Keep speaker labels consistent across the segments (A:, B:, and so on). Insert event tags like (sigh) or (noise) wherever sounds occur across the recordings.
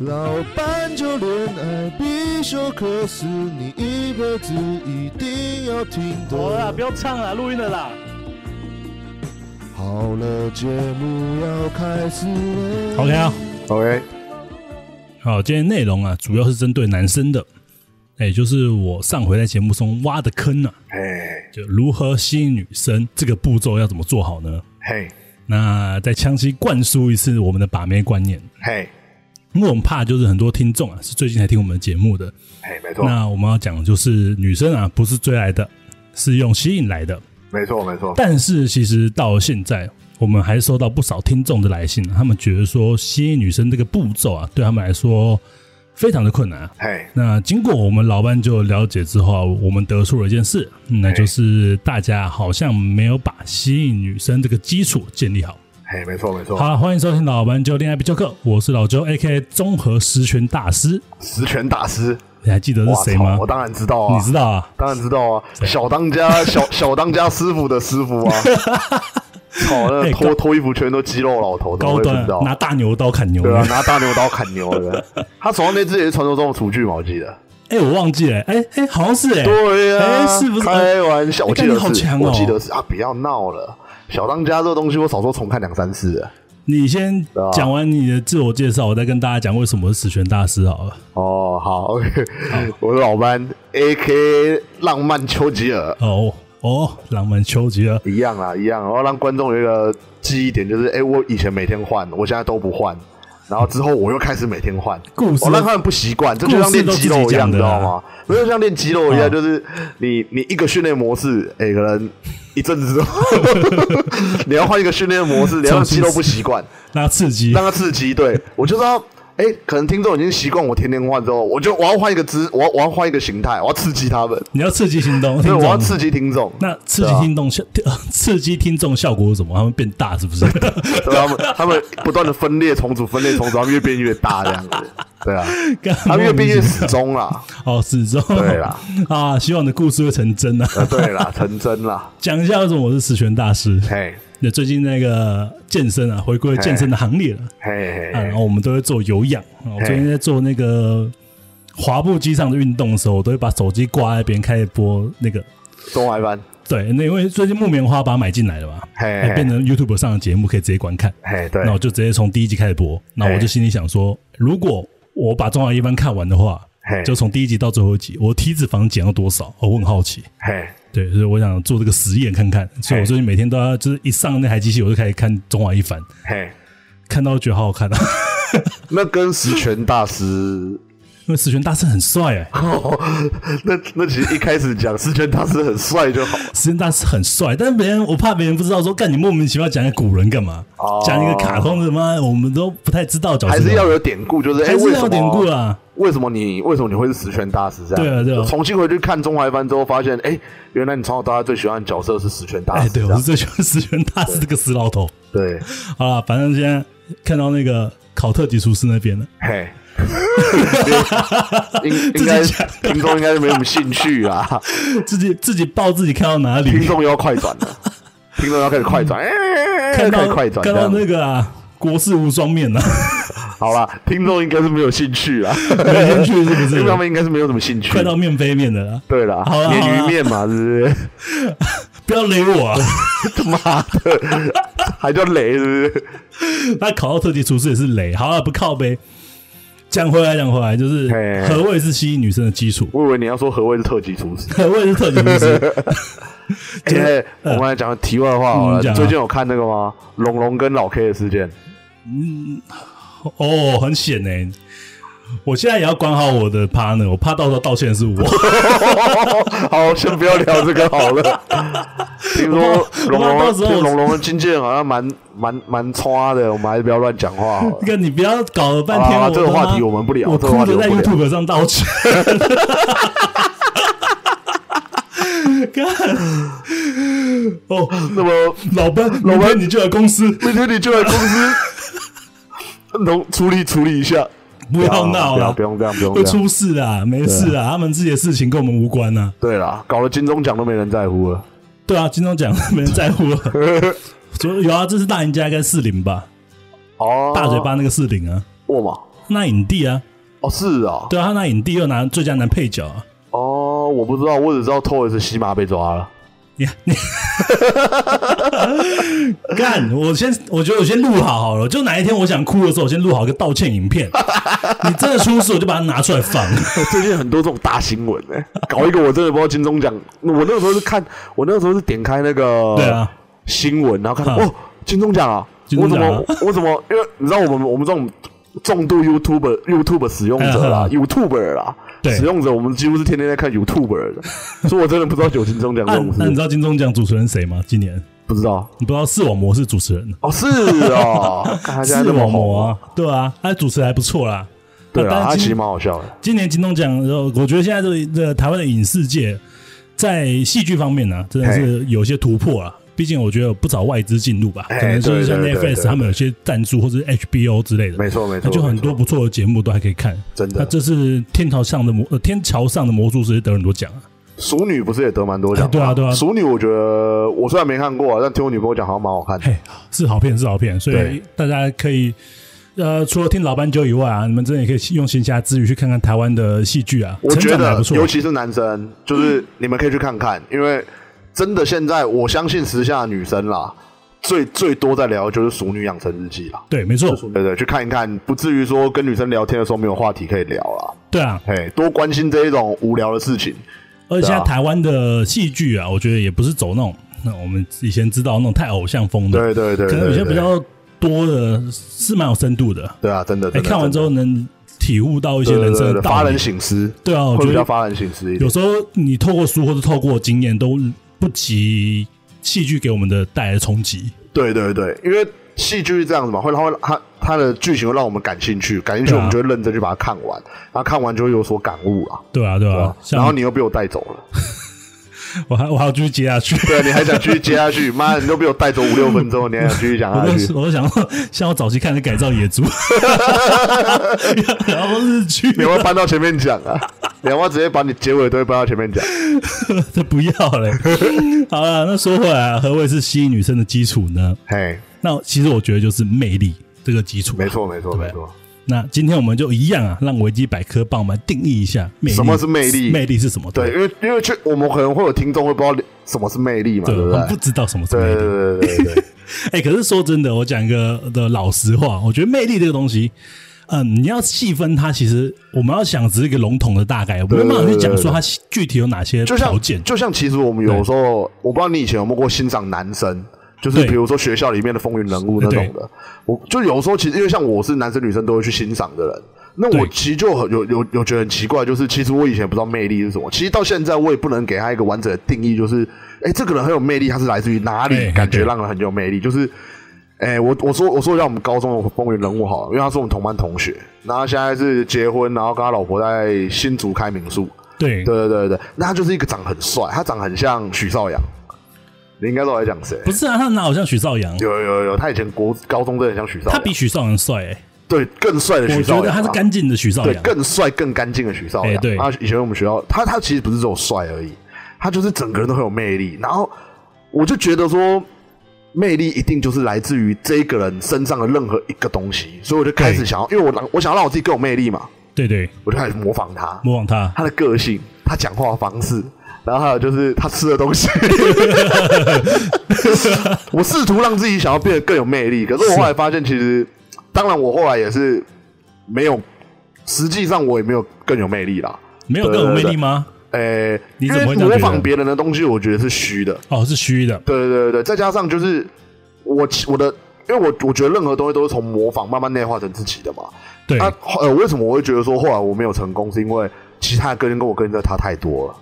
A: 老板就恋爱必修课是你一辈子一定要听
B: 好了啦，
A: 的
B: 不。要唱了，录音了啦。
A: 好了，节目要开始了。
C: OK 啊，
D: OK，
C: 好，今天内容啊，主要是针对男生的，哎、就是我上回在节目中挖的坑啊，
D: 哎
C: 就如何吸引女生这个步骤要怎么做好呢？
D: 嘿
C: 那再枪击灌输一次我们的把妹观念，
D: 嘿
C: 因为我们怕就是很多听众啊是最近才听我们的节目的，
D: 嘿，没错
C: 那我们要讲的就是女生啊不是追来的，是用吸引来的。
D: 没错没错，
C: 但是其实到了现在，我们还收到不少听众的来信，啊他们觉得说吸引女生这个步骤啊，对他们来说非常的困难、啊。
D: 嘿
C: 那经过我们老班就了解之后啊，我们得出了一件事，那就是大家好像没有把吸引女生这个基础建立好。
D: 嘿，没错没错，
C: 好了，欢迎收听老班就恋爱必修课，我是老周，A.K.A. 综合十全大师。
D: 十全大师，
C: 你还记得是
D: 哇
C: 谁
D: 操
C: 吗？
D: 我当然知道啊，
C: 你知道啊？
D: 当然知道啊，小
C: (laughs)
D: 当家小小当家师傅的师傅啊，操，那
C: 哎
D: 脱脱衣服全都肌肉老头，怎么
C: 高
D: 会不
C: 端
D: 知道
C: 啊？拿大牛刀砍牛。
D: 对啊，拿大牛刀砍牛
C: (laughs)
D: 的，他手上那只也是传说中的厨具嘛，我记得。
C: 哎、我忘记了、哎、哎、好像是哎、
D: 对呀、
C: 哎是不是
D: 开玩笑？
C: 哎
D: 我记得
C: 干你好
D: 是，
C: 强哦
D: 我记得是啊！不要闹了，小当家这个东西，我少说重看两三次了。
C: 你先
D: 对啊
C: 讲完你的自我介绍，我再跟大家讲为什么是死权大师好了。
D: 哦，好，OK，我是老班，A K 浪漫丘吉尔，
C: 哦哦，浪漫丘吉尔，
D: 一样啦，一样。我要让观众有一个记忆点，就是哎、我以前每天换，我现在都不换，然后之后我又开始每天换，
C: 故事
D: 我让他们不习惯，这就像练肌肉一样，
C: 故事都自己讲的啊
D: 你知道吗？没有像练肌肉一
C: 啊
D: 样，就是你你一个训练模式，哎、可能一阵子之后， (laughs) 你要换一个训练模式，你要让肌肉不习惯，
C: 那刺激
D: (laughs) 让它刺激。对我就知道，哎、可能听众已经习惯我天天换之后，我就我要换一个姿，我要我要换一个形态，我要刺激他们，
C: 你要刺激心动，
D: 对，
C: 听
D: 我要
C: 众。
D: 刺激听众。
C: 那刺激听众效，刺激听众效果是什么？他们变大是不
D: (laughs)
C: 是？
D: 对他们他们不断的分裂重组，分裂重组，他们越变越大这样子，
C: (laughs)
D: 对啊，
C: 干
D: 他们越变越
C: 莫
D: 死
C: 名其妙 (laughs)
D: 忠啦，
C: 哦，始终
D: 对啦，
C: (laughs) 啊，希望你的故事会成真啊！
D: 呃，对啦，成真啦，
C: 讲一下为什么我是死权大师。
D: 嘿，
C: 那最近那个健身啊，回归健身的行列了。
D: 嘿嘿
C: 啊，然
D: 嘿，
C: 后我们都会做有氧。啊我
D: 嘿
C: 最近在做那个滑步机上的运动的时候，我都会把手机挂在别人开始播那个。
D: 中华班，
C: 对，那因为最近木棉花把它买进来了嘛，
D: 嘿
C: 哎变成 YouTube 上的节目可以直接观看。
D: 嘿，对
C: 那，我就直接从第一集开始播。那我就心里想说，如果我把《中华一番》看完的话
D: 嘿，
C: 就从第一集到最后一集，我体脂肪减到多少？哦我很好奇。
D: 嘿，
C: 对，所以我想做这个实验看看。所以我最近每天都要，就是一上那台机器，我就开始看《中华一番》，
D: 嘿，
C: 看到觉得好好看啊， (laughs)
D: 那跟十全大师， (laughs)
C: 因为石泉大师很帅哎、
D: 那那其实一开始讲十全大师很帅就好，
C: 时间大师很帅，但是别人我怕别人不知道说，干你莫名其妙讲一个古人干嘛
D: 哦？
C: 讲、一个卡通的吗？我们都不太知道角色，
D: 还是要有点故，就是
C: 还
D: 哎，
C: 是
D: 为
C: 要
D: 什
C: 有典故啊
D: 么？
C: 啦。
D: 为什么你为什么你会是十全大师这样？
C: 对啊对啊
D: 我重新回去看中华班之后，发现哎，原来你从小到大最喜欢的角啊色是十全大
C: 哎，
D: 师这
C: 对，
D: 样。
C: 我是最喜欢石泉大师这个死老头。
D: 对，
C: 好了，反正现在看到那个考特级厨师那边
D: (laughs)
C: 了，
D: 嘿，应应该
C: (laughs) 自己讲
D: 听众应该是没什么兴趣啦，
C: (laughs) 自己自己报自己看到哪里，
D: 听众又要快转了，听众要开始快转，哎哎、哎
C: 嗯看
D: 哎开
C: 到
D: 始快转
C: 看
D: 这
C: 到
D: 样。
C: 那个啊，国士无双面啊，
D: 好啦，听众应该是没有兴趣啦，
C: (laughs)
D: (laughs)
C: 没兴趣是不
D: 因为他
C: 是？
D: 们应该是没有什么兴趣
C: 快。到面飞面的啊了，
D: 对啦，
C: 好啦好啦
D: 鲶鱼面嘛，是
C: 不要雷
D: (laughs)
C: 我啊！
D: 不是？妈的，还叫雷是不是？
C: (laughs) 那考到特级厨师也是雷。好了，啊不靠呗。讲回来，讲回来，就是
D: 嘿
C: 何谓是吸引女生的基础？ (laughs)
D: 我以为你要说何谓是特级厨师。
C: 何谓是特级厨
D: (laughs)
C: 师？
D: 哎、欸，我们来讲题外话好了。
C: 嗯讲啊
D: 最近有看那个吗？龙龙跟老 K 的事件。 (laughs)
C: 哦，很险呢、我现在也要管好我的 partner，我怕到时候道歉的是我。 (laughs)
D: 好，先不要聊这个好了。
C: (laughs)
D: 听说龙
C: 我怕到
D: 龙，
C: 时候我
D: 听龙龙的经纪人好像蛮蛮蛮差的，我们还是不要乱讲话
C: (laughs)
D: 好了
C: 你。看，你不要搞了半天，
D: 啊
C: 我
D: 这个
C: 他妈
D: 话题我们不聊
C: 我
D: 这个
C: 哭
D: 话题
C: 着
D: 我
C: 在
D: 不聊
C: YouTube 上道歉。 (laughs) 看，哦，
D: 那么
C: 老班，老班，你就来公司，
D: 明天你就来公司，龙处理处理一下，
C: 不要闹
D: 啊不要
C: 了，
D: 不用这样，不用
C: 会
D: 这样。
C: 出事啊，没事啊，他们自己的事情跟我们无关啊。
D: 对啦，搞了金钟奖都没人在乎了。
C: 对啊，金钟奖 (laughs) 没人在乎
D: (laughs)
C: 了。所以有啊，这是大赢家跟四零吧，
D: 哦，
C: 大嘴巴那个四零啊，
D: 握嘛，
C: 拿影帝啊，
D: 哦，是啊，
C: 对啊，他拿影帝又拿最佳男配角
D: (laughs)
C: 啊。
D: 哦，我不知道，我只知道 Toys 西马被抓了。
C: 你你干！我先，我觉得我先录好好了。就哪一天我想哭的时候，我先录好一个道歉影
D: (laughs)
C: 片。你真的出事，我就把它拿出来放。
D: 最近很多这种大新闻呢、搞一个我真的不知道金钟奖。我那个时候是看，我那个时候是点开那个
C: 对啊，
D: 新闻，然后看
C: 嗯
D: 哦金钟奖啊，
C: 金
D: 我
C: 钟
D: 怎
C: 奖啊
D: 么我怎么因为你知道我们我们这种重度 YouTube YouTube 使用者啦
C: 嗯
D: ，YouTuber 啦，
C: 对
D: 使用者我们几乎是天天在看 YouTuber 的，所以我真的不知道有金钟奖这
C: 那
D: 种
C: 啊那你知
D: 事，
C: 道金钟奖主持人谁吗？今年
D: 不知道
C: 你不知道视网膜是主持人，
D: 哦是
C: (laughs)
D: 哦，看他现在
C: 视
D: 这么
C: 网膜
D: 红，
C: 啊，对啊，他主持得还不错啦。
D: 对
C: 那
D: 啊，
C: 但
D: 他
C: 是
D: 其实
C: 今
D: 蛮好笑的。
C: 今年金钟奖的时候，我觉得现在这个这个台湾的影视界在戏剧方面呢、真的是有些突破了。毕竟我觉得有不少外资进入吧，
D: 哎
C: 可能就是像
D: 对对对对
C: Netflix
D: 对
C: 他们有些赞助或者是 HBO 之类的，
D: 没错没错
C: 那就很多
D: 没
C: 不错的节目都还可以看。
D: 真的
C: 那这是天桥上的魔，呃，天桥上的魔术师得很多奖啊。
D: 熟女不是也得蛮多奖、
C: 哎对啊对啊
D: 熟女我觉得我虽然没看过、啊，但听我女朋友讲好像蛮好看的。
C: 嘿，是好片是好片，所以
D: 对
C: 大家可以。呃，除了听老斑鸠以外啊，你们真的也可以用闲暇之余去看看台湾的戏剧啊，
D: 我
C: 成
D: 觉
C: 长得还
D: 得
C: 不，错。
D: 尤其是男生，就是你们可以去看看，因为真的现在我相信时下的女生啦，最最多在聊的就是《熟女养成日记》啦。
C: 对，没错，
D: 对对，去看一看，不至于说跟女生聊天的时候没有话题可以聊啦。
C: 对啊，
D: 嘿，多关心这一种无聊的事情。
C: 而且现
D: 对
C: 在
D: 啊
C: 台湾的戏剧啊，我觉得也不是走那种那我们以前知道那种太偶像风的，
D: 对对对，
C: 可能有些
D: 对
C: 比较多的是蛮有深度的。
D: 对啊，真的。
C: 哎，
D: 真的
C: 看完之后能体悟到一些
D: 真的
C: 人
D: 对对
C: 生
D: 对
C: 的
D: 对发
C: 道理
D: 人。省思，
C: 对啊，我
D: 会
C: 觉
D: 比较
C: 得
D: 发人省思一
C: 有
D: 点。
C: 时候你透过书或者透过经验都不及戏剧给我们的带来的冲击。
D: 对对对，因为戏剧是这样子嘛，会它会它它的剧情会让我们感兴趣，感兴趣
C: 对啊
D: 我们就会认真去把它看完，然后看完就会有所感悟啦。
C: 对啊，对
D: 对吧
C: 啊，
D: 然后
C: 像
D: 你又被我带走了，
C: 我还我还要继续接下去。
D: 对，你还想继续接下去？妈，你都被我带走五六分钟，你还想继续讲
C: 我 (laughs)
D: 下
C: 都
D: 去？
C: 我都想要像我早期看的《改造野猪》，然后日剧，
D: 你要不要搬到前面讲啊？你要不要直接把你结尾都会搬到前面讲？
C: (laughs) 这不要嘞。好了，那说回来啊，何谓是吸引女生的基础呢？
D: 嘿，
C: 那其实我觉得就是魅力这个基础、
D: 没。错，没错，
C: 对
D: 没错。
C: 那今天我们就一样啊，让维基百科帮我们定义一下魅力。
D: 什么是魅力
C: 魅力是什么？
D: 对，因为因为去我们可能会有听众会不知道什么是魅力嘛，
C: 对，
D: 对不
C: 我们不
D: 对？
C: 知道什么是魅
D: 对
C: 力。
D: 对对对对，
C: 哎、可是说真的，我讲一个的老实话，我觉得魅力这个东西，嗯，你要细分它，其实我们要想只是一个笼统的大概，我们没办法去讲说它具体有哪些
D: 就
C: 条件
D: 像。就像其实我们有时候，我不知道你以前有没有过欣赏男生，就是
C: 对
D: 比如说学校里面的风云人物那种的。我就有时候其实因为像我是男生女生都会去欣赏的人，那我
C: 对
D: 其实就很有有有觉得很奇怪，就是其实我以前不知道魅力是什么，其实到现在我也不能给他一个完整的定义，就是哎、这个人很有魅力，他是来自于哪里？
C: 哎
D: 感觉
C: 对
D: 让人很有魅力，就是。哎、我我说我说一下我们高中的风云人物好了，因为他是我们同班同学，然后现在是结婚，然后跟他老婆在新竹开民宿，
C: 对，
D: 对对对对，那他就是一个长很帅，他长很像许绍洋，你应该知道我在讲谁。
C: 不是啊，他哪有像许绍洋？
D: 有啊有有，他以前国高中真的很像许绍洋，
C: 他比许绍洋帅、欸，
D: 对更帅的
C: 我
D: 许
C: 觉
D: 绍
C: 得
D: 洋啊，
C: 他是干净的许绍
D: 对
C: 洋。
D: 更帅更干净的许绍洋。
C: 哎对
D: 他以前我们学校，他他其实不是只有帅而已，他就是整个人都很有魅力。然后我就觉得说，魅力一定就是来自于这个人身上的任何一个东西，所以我就开始
C: 对
D: 想要，因为我让我想要让我自己更有魅力嘛，
C: 对对，
D: 我就开始模仿他。
C: 模仿他。
D: 他的个性，他讲话方式，然后还有就是他吃的东西。 (laughs) 我试图让自己想要变得更有魅力，可是我后来发现，其实当然我后来也是没有，实际上我也没有更有魅力啦。
C: 没有更有魅力吗？
D: 诶、
C: 你
D: 因
C: 怎么会
D: 为
C: 这样
D: 模
C: 觉得
D: 仿别人的东西，我觉得是虚的。
C: 哦，是虚的。
D: 对对对对，再加上就是我其我的，因为我我觉得任何东西都是从模仿慢慢内化成自己的嘛。
C: 对，
D: 那、呃，为什么我会觉得说后来我没有成功，是因为其他的个性跟我个性真的差太多了。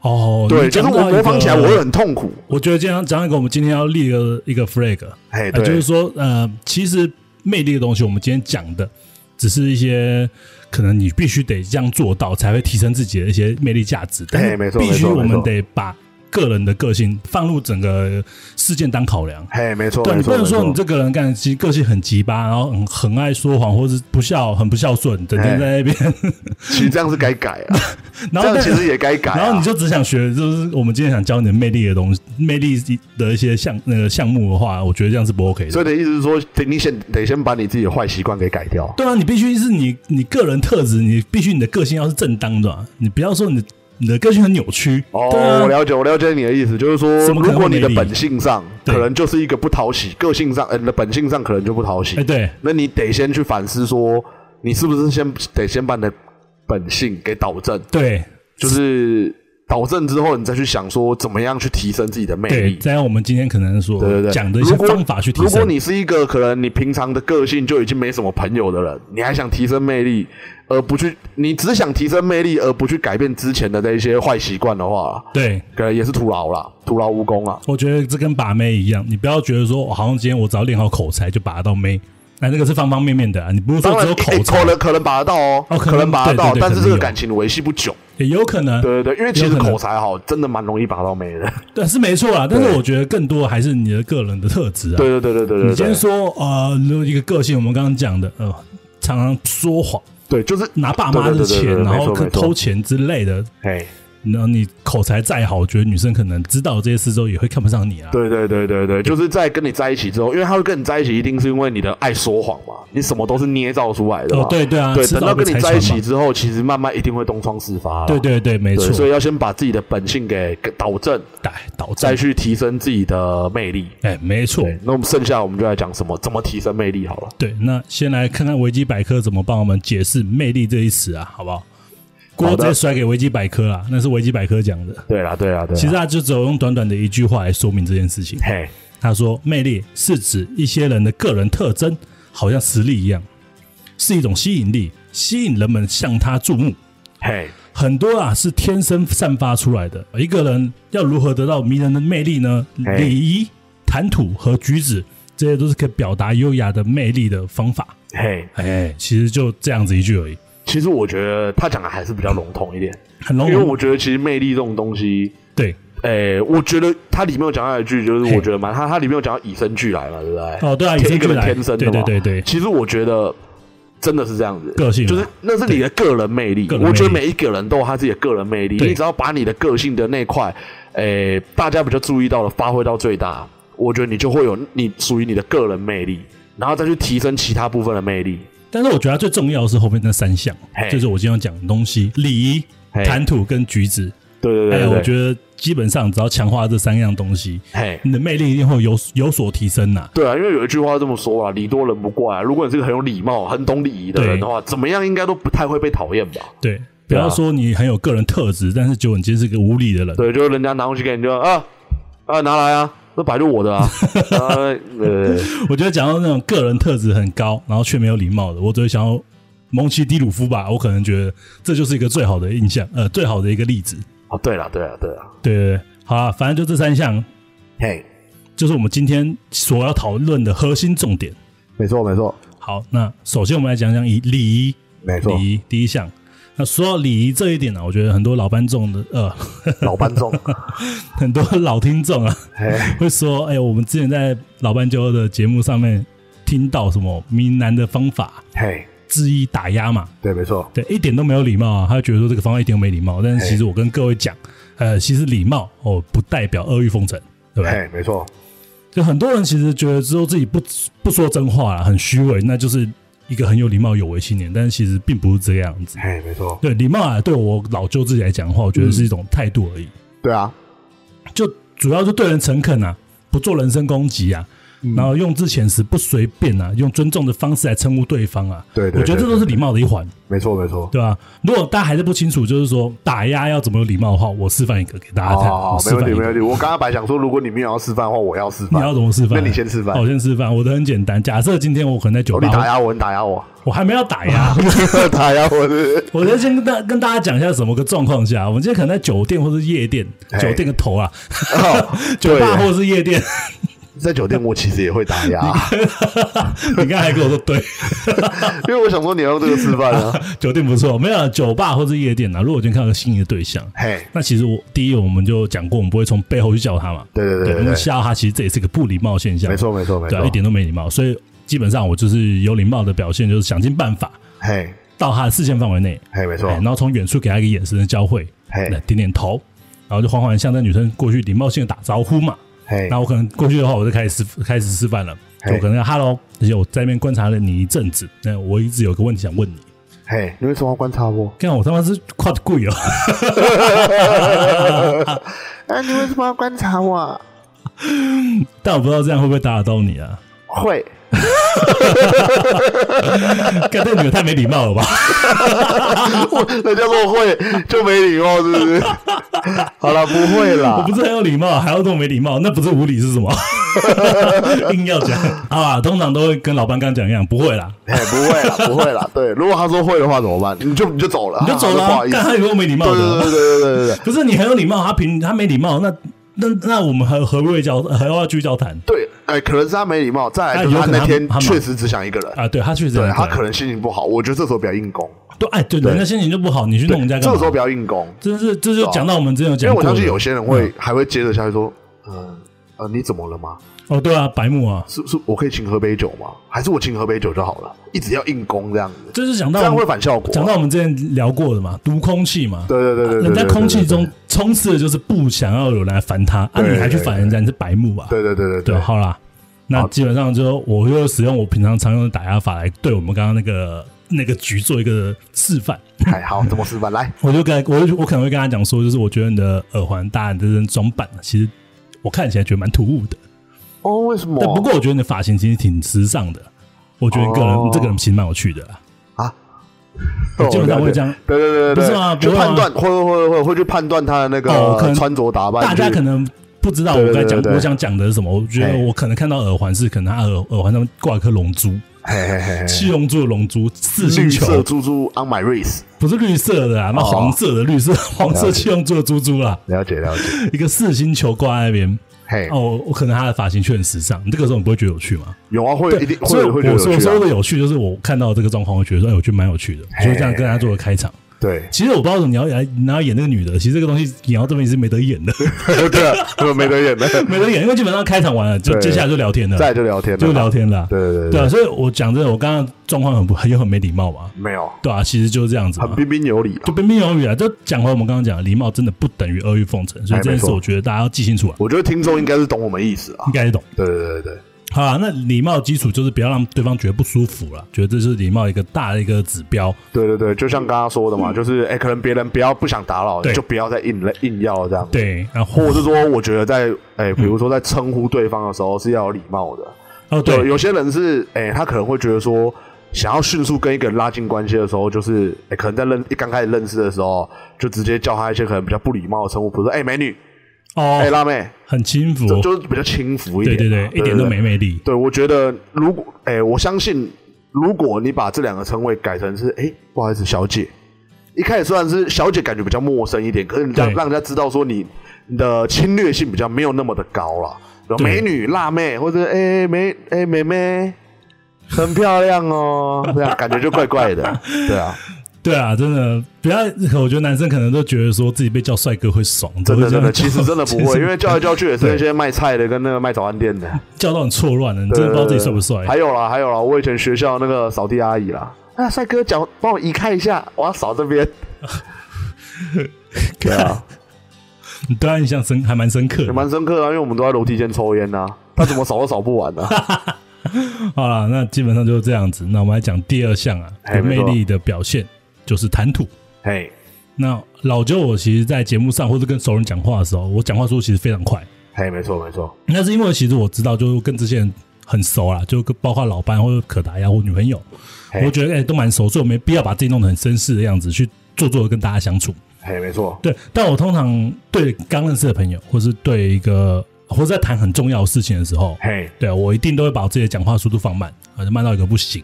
C: 哦，
D: 对，
C: 你
D: 就是
C: 讲
D: 我
C: 到一
D: 模仿起来我
C: 个
D: 会很痛苦。
C: 我觉得这样讲一个，我们今天要立一个一个 flag，
D: 嘿，
C: 呃
D: 对，
C: 就是说，呃，其实魅力的东西，我们今天讲的只是一些呃可能你必须得这样做到，才会提升自己的一些魅力价值。但是
D: 哎没错
C: 必须
D: 没错
C: 我
D: 没
C: 们
D: 错
C: 得把个人的个性放入整个事件当考量。
D: 嘿，没错，
C: 对
D: 没
C: 你
D: 错
C: 不能说
D: 没
C: 你
D: 错
C: 这个人干，其实个性很急巴，然后很很爱说谎，或是不孝，很不孝顺，整天在那边， (laughs)
D: 其实这样是该改啊，
C: 然
D: 哎这
C: 后
D: 样
C: 但
D: 其实也该改啊。
C: 然后你就只想学，就是我们今天想教你的魅力的东西，魅力的一些项那个项目的话，我觉得这样是不 OK
D: 所
C: 的。
D: 以你的意思是说，得你先得先把你自己的坏习惯给改掉。
C: 对啊，你必须是你你个人特质，你必须你的个性要是正当的啊、你不要说你的你的个性很扭曲。
D: 哦，
C: 对啊
D: 我了解，我了解你的意思，就是说
C: 怎，么可能
D: 如果你的
C: 没理
D: 本性上
C: 对
D: 可能就是一个不讨喜，个性上，呃，你的本性上可能就不讨喜
C: 哎，，对，
D: 那你得先去反思说，你是不是先得先把你的本性给导正，
C: 对
D: 就是导正之后，你再去想说怎么样去提升自己的魅
C: 对，
D: 力。
C: 再用我们今天可能所
D: 哎对对对，
C: 哦讲的一些
D: 如果
C: 方法去提
D: 如果
C: 升。
D: 你是一个可能你平常的个性就已经没什么朋友的人，你还想提升魅力，而不去，你只想提升魅力而不去改变之前的那一些坏习惯的话，
C: 对，
D: 可能也是徒劳啦，徒劳无功啊啦。
C: 我觉得这跟把妹一样，你不要觉得说，我好像今天我只要练好口才就把它到妹，哎那那个是方方面面的、啊，你不是说
D: 当然，哎
C: 只有口
D: 诶
C: 才
D: 可，能可能把得到哦，
C: 哦可能
D: 可能把得到
C: 对对，对
D: 但是这
C: 可能
D: 个
C: 有
D: 感情维系不久。
C: 也有可能，
D: 对对对，因为其
C: 有
D: 实
C: 可能
D: 口才好，真的蛮容易把到妹的。
C: 对，是没错啊。但是
D: 对
C: 我觉得更多还是你的个人的特质啊。
D: 对对对对对
C: 你
D: 对
C: 今
D: 对
C: 天，说呃，如果一个个性，我们刚刚讲的，呃，常常说谎，
D: 对就是
C: 拿爸妈
D: 对
C: 的
D: 对对对
C: 钱，
D: 对
C: 然
D: 没
C: 后
D: 错
C: 可
D: 没错
C: 偷钱之类的，
D: 哎，
C: 然后你口才再好，我觉得女生可能知道这些事之后也会看不上你啊。
D: 对对对对对，就是在跟你在一起之后，因为他会跟你在一起，一定是因为你的爱说谎嘛，你什么都是捏造出来的嘛。
C: 哦，对对啊，
D: 对，
C: 吃
D: 等
C: 到
D: 到
C: 个
D: 跟
C: 财
D: 你在一
C: 团
D: 起
C: 嘛
D: 之后，其实慢慢一定会东窗事发啦
C: 对对对，没
D: 对，所
C: 错
D: 以，要先把自己的本性给给导正，
C: 打倒
D: 再
C: 债，
D: 去提升自己的魅力。
C: 哎，没错。
D: 对，那我们剩下我们就来讲什么怎么提升魅力好了。
C: 对，那先来看看维基百科怎么帮我们解释“魅力”这一词啊，好不好？锅
D: 好
C: 直
D: 的
C: 接甩给维基百科啦，那是维基百科讲的。
D: 对啊啦对啦对啦，
C: 其实他就只有用短短的一句话来说明这件事情。
D: 嘿，
C: 他说，魅力是指一些人的个人特征，好像实力一样，是一种吸引力，吸引人们向他注目。
D: 嘿，
C: 很多啊是天生散发出来的。一个人要如何得到迷人的魅力呢？
D: 哎
C: 礼仪、谈吐和举止，这些都是可以表达优雅的魅力的方法。
D: 嘿，
C: 哎，其实就这样子一句而已，
D: 其实我觉得他讲的还是比较笼统一点，
C: 很容
D: 因
C: 易。
D: 为我觉得其实魅力这种东西，
C: 对，
D: 诶、我觉得它里面有讲到一句，就是
C: 嘿
D: 我觉得蛮它它里面有讲到与生俱来嘛，对不对？
C: 哦，对啊，与
D: 天
C: 生
D: 一
C: 俱
D: 个人
C: 来，
D: 天生的
C: 对
D: 嘛。
C: 对对对，
D: 其实我觉得真的是这样子，
C: 个性嘛啊
D: 就是那是你的个人魅力。
C: 个人魅力
D: 我觉得每一个人都有他自己的个人魅力，
C: 对
D: 你只要把你的个性的那块，诶、大家比较注意到的发挥到最大，我觉得你就会有你属于你的个人魅力，然后再去提升其他部分的魅力。
C: 但是我觉得最重要的是后面那三项
D: 嘿，
C: 就是我今天要讲的东西：礼仪、
D: 嘿
C: 谈吐跟举止。
D: 对对对
C: 哎，
D: 对
C: 我
D: 对，
C: 觉得基本上只要强化这三样东西，
D: 嘿。
C: 你的魅力一定会有有所提升呐、
D: 对啊，因为有一句话这么说啊，礼多人不怪、啊。如果你是个很有礼貌、很懂礼仪的人的话，怎么样应该都不太会被讨厌吧？
C: 对，不
D: 对啊
C: 要说你很有个人特质，但是结果你今天是个无理的人，
D: 对，就是人家拿东西给你就啊啊拿来啊，那本来就我 (laughs) 的啊。啊呃，
C: 我觉得讲到那种个人特质很高，然后却没有礼貌的，我只会想要蒙奇迪鲁夫吧，我可能觉得这就是一个最好的印象，呃，最好的一个例子。
D: 哦，对了，对了，对了，
C: 对对对，好啦，反正就这三项，
D: 嘿，
C: 就是我们今天所要讨论的核心重点。
D: 没错，没错，
C: 好，那首先我们来讲讲以礼仪，
D: 没错，
C: 礼仪第一项。那说到礼仪这一点呢、啊我觉得很多老观众的呃，
D: (laughs) 老班中，
C: (laughs) 很多老听众啊， (laughs)
D: 嘿，
C: 会说，哎、我们之前在老斑鸠的节目上面听到什么闽南的方法，
D: 嘿，
C: 质疑打压嘛，
D: 对，没错，
C: 对，一点都没有礼貌啊，他就觉得说这个方法一点都没礼貌。但是其实我跟各位讲，呃，其实礼貌哦不代表阿谀奉承，对不对？
D: 嘿，没错，
C: 就很多人其实觉得之后自己不不说真话啦，很虚伪，那就是一个很有礼貌、有为青年，但是其实并不是这个样子。
D: 嘿，没错，
C: 对，礼貌啊，对我老舅自己来讲的话，我觉得是一种态度而已。
D: 对啊，
C: 就主要就对人诚恳啊，不做人身攻击啊，
D: 嗯
C: 然后用字遣词不随便啊，用尊重的方式来称呼对方啊。
D: 对对
C: 我觉得这都是礼貌的一环，
D: 没错，没错，
C: 对吧、啊如果大家还是不清楚，就是说打压要怎么有礼貌的话，我示范一个给大家看。
D: 哦
C: 我，示
D: 没问
C: 范
D: 题，
C: 一
D: 没
C: 个
D: 问。题。我刚刚本来想说，如果你没有要示范的话，我要示
C: 你
D: 范。哦
C: 要怎么示范？哦
D: 那你先示范
C: 好我先示范。我的很简单，假设今天我可能在酒
D: 哦
C: 吧，
D: 你打
C: 我
D: 压我，你打压我，
C: 我还没有打压，
D: (laughs) 打压我是
C: 我先先跟大跟大家讲一下什么个状况下，我们今天可能在酒店或是夜店，
D: 嘿
C: 酒店个头啊，
D: 哦
C: (laughs) 酒吧
D: 哎对耶
C: 或是夜店，
D: 在酒店我其实也会打压，
C: 你刚才还跟我说对，
D: (laughs) 因为我想说你要用这个吃饭啊，
C: 酒店不错，没有酒吧或是夜店啊。如果我今天看到一个心仪的对象，
D: 嘿，
C: 那其实我第一我们就讲过，我们不会从背后去叫他嘛，
D: 对对对
C: 因
D: 对
C: 为吓他其实这也是个不礼貌现象，
D: 没错没错没
C: 对啊，一
D: 错，
C: 点都没礼貌。所以基本上我就是有礼貌的表现，就是想尽办法
D: 嘿，
C: 到他的视线范围内，
D: 嘿，没错
C: 哎，然后从远处给他一个眼神的交汇，
D: 嘿
C: 来点点头，然后就缓缓向这女生过去礼貌性的打招呼嘛。
D: 嘿，
C: 那我可能过去的话，我就开始示开始示范了，
D: 嘿
C: 我可能要 hello，而且我在那边观察了你一阵子，那我一直有个问题想问你，
D: (laughs) 嘿，你为什么要观察我？
C: 看我他妈是跨的贵哦， (laughs)
D: 哎，你为什么要观察我？啊
C: 但我不知道这样会不会打扰到你啊？ (laughs)
D: 会，
C: 干这个女的太没礼貌了吧？ (laughs)
D: 我 (laughs) 人家说会就没礼貌，是不
C: (laughs)
D: 是？好了，不会
C: 我
D: 啦
C: (laughs) 不，是很有礼貌，还要这么没礼貌，那不是无理是什么？ (laughs) 硬要讲啊，通常都会跟老班刚讲一样，不会啦，
D: 嘿，哎不会啦，不
C: (laughs)
D: 会啦。对，如果他说会的话怎么办？你就你就走了，
C: 你就走了、
D: 不
C: 啊
D: 好，意思
C: 干。他有没有没礼貌
D: 对
C: 的？
D: 对对对对对对。
C: 不是你很有礼貌，他凭他没礼貌，那那那我们还何不会交还要继续交谈
D: 对，哎，可能是他没礼貌，再来就是
C: 哎有
D: 他
C: 可能
D: 那天
C: 他他忙
D: 确实只想一个人，
C: 啊？对他确实这
D: 对
C: 样
D: 他
C: 对
D: 可能心情不好，我觉得这时候不要硬攻，
C: 对哎对，人家心情就不好，你去弄人家
D: 这
C: 干
D: 个时候
C: 嘛
D: 不？要硬攻，
C: 这是这就讲到我们之前有
D: 因
C: 讲过嗯
D: 为我
C: 的，
D: 相信有些人会还会接着下去说，嗯呃，你怎么了吗？
C: 哦对啊，白目啊，
D: 是是，我可以请喝杯酒吗？还是我请喝杯酒就好了？一直要硬攻这样子，
C: 这是讲到
D: 这
C: 我
D: 样
C: 们
D: 会反效果啊。
C: 嗯讲到我们之前聊过的嘛，毒空气嘛，
D: 对对对对对，
C: 人在
D: 对对
C: 空气
D: 对
C: 中充斥的就是不想要有人来烦他，啊，
D: 对
C: 你还去烦人家，你是白目啊？
D: 对对对
C: 对，
D: 对对，
C: 好啦，那基本上就我就使用我平常常用的打压法来对我们刚刚那个那个局做一个示范。
D: 还好怎么示范来？
C: 我就跟我就我可能会跟他讲说，就是我觉得你的耳环大，你这身装扮啊其实我看起来觉得蛮突兀的，
D: 哦，为什么？
C: 但不过我觉得你的发型其实挺时尚的，我觉得你个人、
D: 哦
C: 这个人其实蛮有趣的啦。
D: 啊，
C: 基本上会这样
D: 哦了解对对对对，对
C: 不是啊吗
D: 去
C: 不会吗
D: 判断会会会会会去判断他的那
C: 啊哦可能
D: 个呃穿着打扮去，
C: 大家可能不知道
D: 对
C: 我在
D: 对
C: 讲
D: 对对哎
C: 我想讲的是什么，我觉得
D: 嘿
C: 我可能看到耳环是可能他耳耳环上面挂一颗龙珠，
D: 嘿嘿嘿嘿
C: 七龙珠的龙珠，四星
D: 哎绿色
C: 球
D: 猪猪 on my wrist，
C: 不是绿色的啊，那黄色的
D: (laughs)
C: 绿色黄色
D: 了解
C: 七龙珠的珠珠啦，
D: 了解了解，
C: 一个四星球挂在那边。
D: 嘿，
C: 哦，我可能他的发型确实时尚，你这个时候你不会觉得有趣吗？
D: 有啊，会
C: 对，
D: 一定
C: 所
D: 会
C: 以
D: 会
C: 我
D: 觉
C: 我
D: 得有
C: 说
D: 趣
C: 的
D: 啊，
C: 有趣，就是我看到这个状况，我觉得说，哎，我觉得蛮有趣的，所以这样跟他做个开场。
D: 对 (laughs)
C: 其实我不知道你要演，你要演那个女的，其实这个东西演到这边是没得演的，
D: 对啊，我没得
C: (laughs)
D: 演的，
C: 没得演，因为基本上开场完了，就
D: 对
C: 接下来就聊天了，
D: 再就聊天了，
C: 就聊，天了。
D: 对对对
C: 对
D: 对
C: 啊，所以我讲真的，我刚刚状况很不很也很没礼貌嘛，
D: 没有，
C: 对啊，其实就是这样子
D: 很
C: 嘛。
D: 彬彬有礼啊
C: 就。彬彬有礼啊，就讲回我们刚刚讲的，礼貌真的不等于阿谀奉承，所以
D: 哎
C: 这件事
D: 没错
C: 我觉得大家要记清楚啊，
D: 我觉得听众应该是懂我们意思啊
C: 应，该懂。
D: 对对对对，
C: 好啊，那礼貌基础就是不要让对方觉得不舒服了，觉得这是礼貌一个大的一个指标。
D: 对对对，就像刚刚说的嘛，就是哎、可能别人不要不想打扰，
C: 嗯对
D: 就不要再硬了硬要这样。，
C: 对，然后
D: 或者是说，我觉得在哎、比
C: 嗯
D: 如说在称呼对方的时候是要有礼貌的。
C: 哦，对，
D: 有些人是哎、他可能会觉得说，想要迅速跟一个人拉近关系的时候，就是哎、可能在认一刚开始认识的时候，就直接叫他一些可能比较不礼貌的称呼，比如说哎、美女，哎、
C: 哦，
D: 辣妹，
C: 很轻浮，哦
D: 就就是比较轻浮一
C: 对
D: 点、
C: 对
D: 啊
C: 对，一点都没魅力。
D: 对，我觉得如果，哎、我相信，如果你把这两个称谓改成是，哎、不好意思，小姐，一开始虽然是小姐，感觉比较陌生一点，可是你让
C: 对
D: 让人家知道说你你的侵略性比较没有那么的高啦。有
C: 对
D: 美女、辣妹，或者哎、美哎、妹妹，很漂亮哦，
C: (laughs)
D: 这样感觉就怪怪的，对啊，
C: 对啊，真的不要，我觉得男生可能都觉得说自己被叫帅哥会爽，
D: 真
C: 都
D: 的
C: 会这
D: 真
C: 样
D: 的，其实真的不
C: 其
D: 会，因为叫来叫去也是
C: 对
D: 那些卖菜的跟那个卖早餐店的，
C: 叫到很错乱了，你真的不知道自己帅不帅
D: 还。有啦，还有啦，我以前学校那个扫地阿姨啦，啊，帅哥脚帮我移开一下，我要扫
C: (laughs)
D: 这边。对啊，
C: 你对他印象深还蛮深刻
D: 也
C: 的。
D: 蛮深刻的啊，因为我们都在楼梯间抽烟呐、他怎么扫都扫不完呢、
C: (laughs)
D: 啊。
C: 好了，那基本上就是这样子。那我们来讲第二项啊，
D: 哎
C: 有
D: 没
C: 魅
D: 错
C: 力的表现就是谈吐。
D: 嘿，
C: 那老舅，我其实，在节目上或者跟熟人讲话的时候，我讲话速度其实非常快。
D: 嘿，没错没错，
C: 那是因为其实我知道，就跟这些人很熟啦，就跟包括老班或者可达呀，或女朋友，
D: 嘿
C: 我觉得哎、都蛮熟，所以我没必要把自己弄得很绅士的样子去做作的跟大家相处。
D: 嘿，没错，
C: 对，但我通常对刚认识的朋友，或是对一个或是在谈很重要的事情的时候，
D: 嘿，
C: 对啊我一定都会把我自己的讲话速度放慢，啊，就慢到一个不行。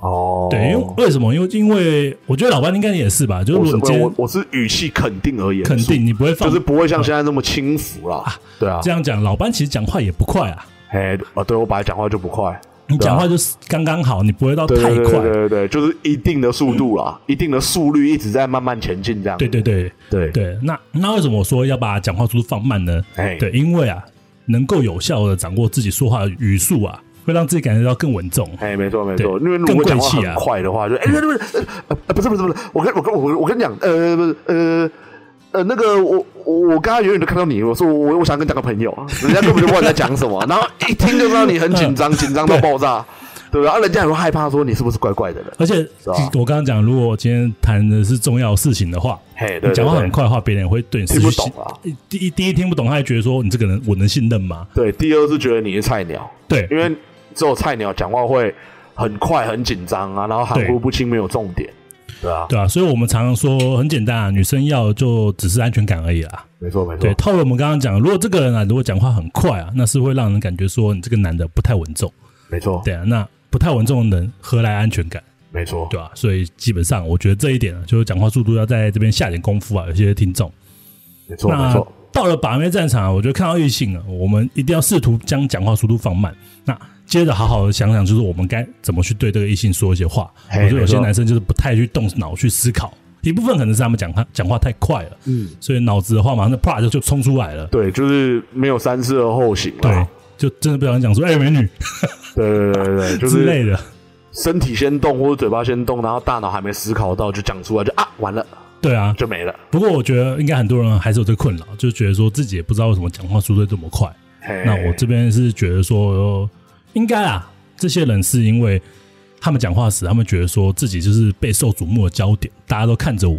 D: 哦，
C: 对，因为为什么？因为因为我觉得老班应该也是吧，就是
D: 我
C: 如
D: 是
C: 果你今
D: 我
C: 天
D: 我是语气肯定而言，
C: 肯定你不会放，
D: 就是不会像现在那么轻浮啦。对啊
C: 这，样讲，老班其实讲话也不快啊。
D: 哎，啊，对我本来讲话就不快，啊
C: 你讲话就是刚刚好，你不会到
D: 对
C: 太
D: 对对
C: 快。嗯
D: 对对对，就是一定的速度啦，一定的速率一直在慢慢前进这样。
C: 对对对
D: 对
C: 对，那那为什么我说要把讲话速度放慢呢？
D: 哎
C: 对，因为啊，能够有效的掌握自己说话的语速啊，会让自己感觉到更稳重。
D: 哎，没错没错，
C: 对
D: 因为如果
C: 更
D: 讲
C: 贵
D: 话
C: 气啊
D: 很快的话，就哎，不是不是，呃呃不是不是不是，我跟我跟我我跟你讲，呃不是呃呃那个我我我刚才远远就看到你，我说我我想跟你当个朋友，啊人家根本就不知道你在讲什么，然后一听就知道你很紧
C: 嗯
D: 张，紧张到爆炸，对不对？然后人家也会害怕说你是不是怪怪的人，
C: 而且
D: 吧
C: 我刚刚讲，如果我今天谈的是重要事情的话，
D: 嘿，对对
C: 你
D: 对，
C: 讲话很快的话，别人会对你失
D: 听
C: 去
D: 不
C: 信
D: 懂啊。
C: 第一第一听不懂，他还觉得说你这个人我能信任吗？
D: 对，第二是觉得你是菜鸟，
C: 对
D: 因为只有菜鸟讲话会很快、很紧张啊，然后含糊不清，没有重点，对啊，
C: 对啊，所以我们常常说很简单啊，女生要就只是安全感而已啦。
D: 没错没
C: 对，
D: 错，
C: 套了我们刚刚讲，如果这个人啊，如果讲话很快啊，那是会让人感觉说你这个男的不太稳重。
D: 没错，
C: 对啊，那不太稳重的人何来安全感？
D: 没错，
C: 对吧、所以基本上我觉得这一点啊，就是讲话速度要在这边下点功夫啊。有些听众，
D: 没错，没
C: 那
D: 错，
C: 到了把妹战场、啊，我觉得看到异性啊，我们一定要试图将讲话速度放慢。那接着好好的想想，就是我们该怎么去对这个异性说一些话。我
D: 嘿
C: 觉得有
D: 没
C: 些
D: 错
C: 男生就是不太去动脑去思考，一部分可能是他们讲话讲话太快了，
D: 嗯，
C: 所以脑子的话马上就啪就就冲出来了。
D: 对，就是没有三思而后行
C: 对
D: 啦，，
C: 就真的不小心讲说“哎、美女
D: 对对对对对，”就
C: 之类
D: 是
C: 的。
D: 身体先动或者嘴巴先动，然后大脑还没思考到就讲出来，就啊完了
C: 对啊，
D: 就没了，
C: 不过我觉得应该很多人还是有这个困扰，就觉得说自己也不知道为什么讲话速度这么快。
D: 嘿
C: 那我这边是觉得说，应该啊，这些人是因为他们讲话时，他们觉得说自己就是备受瞩目的焦点，大家都看着我。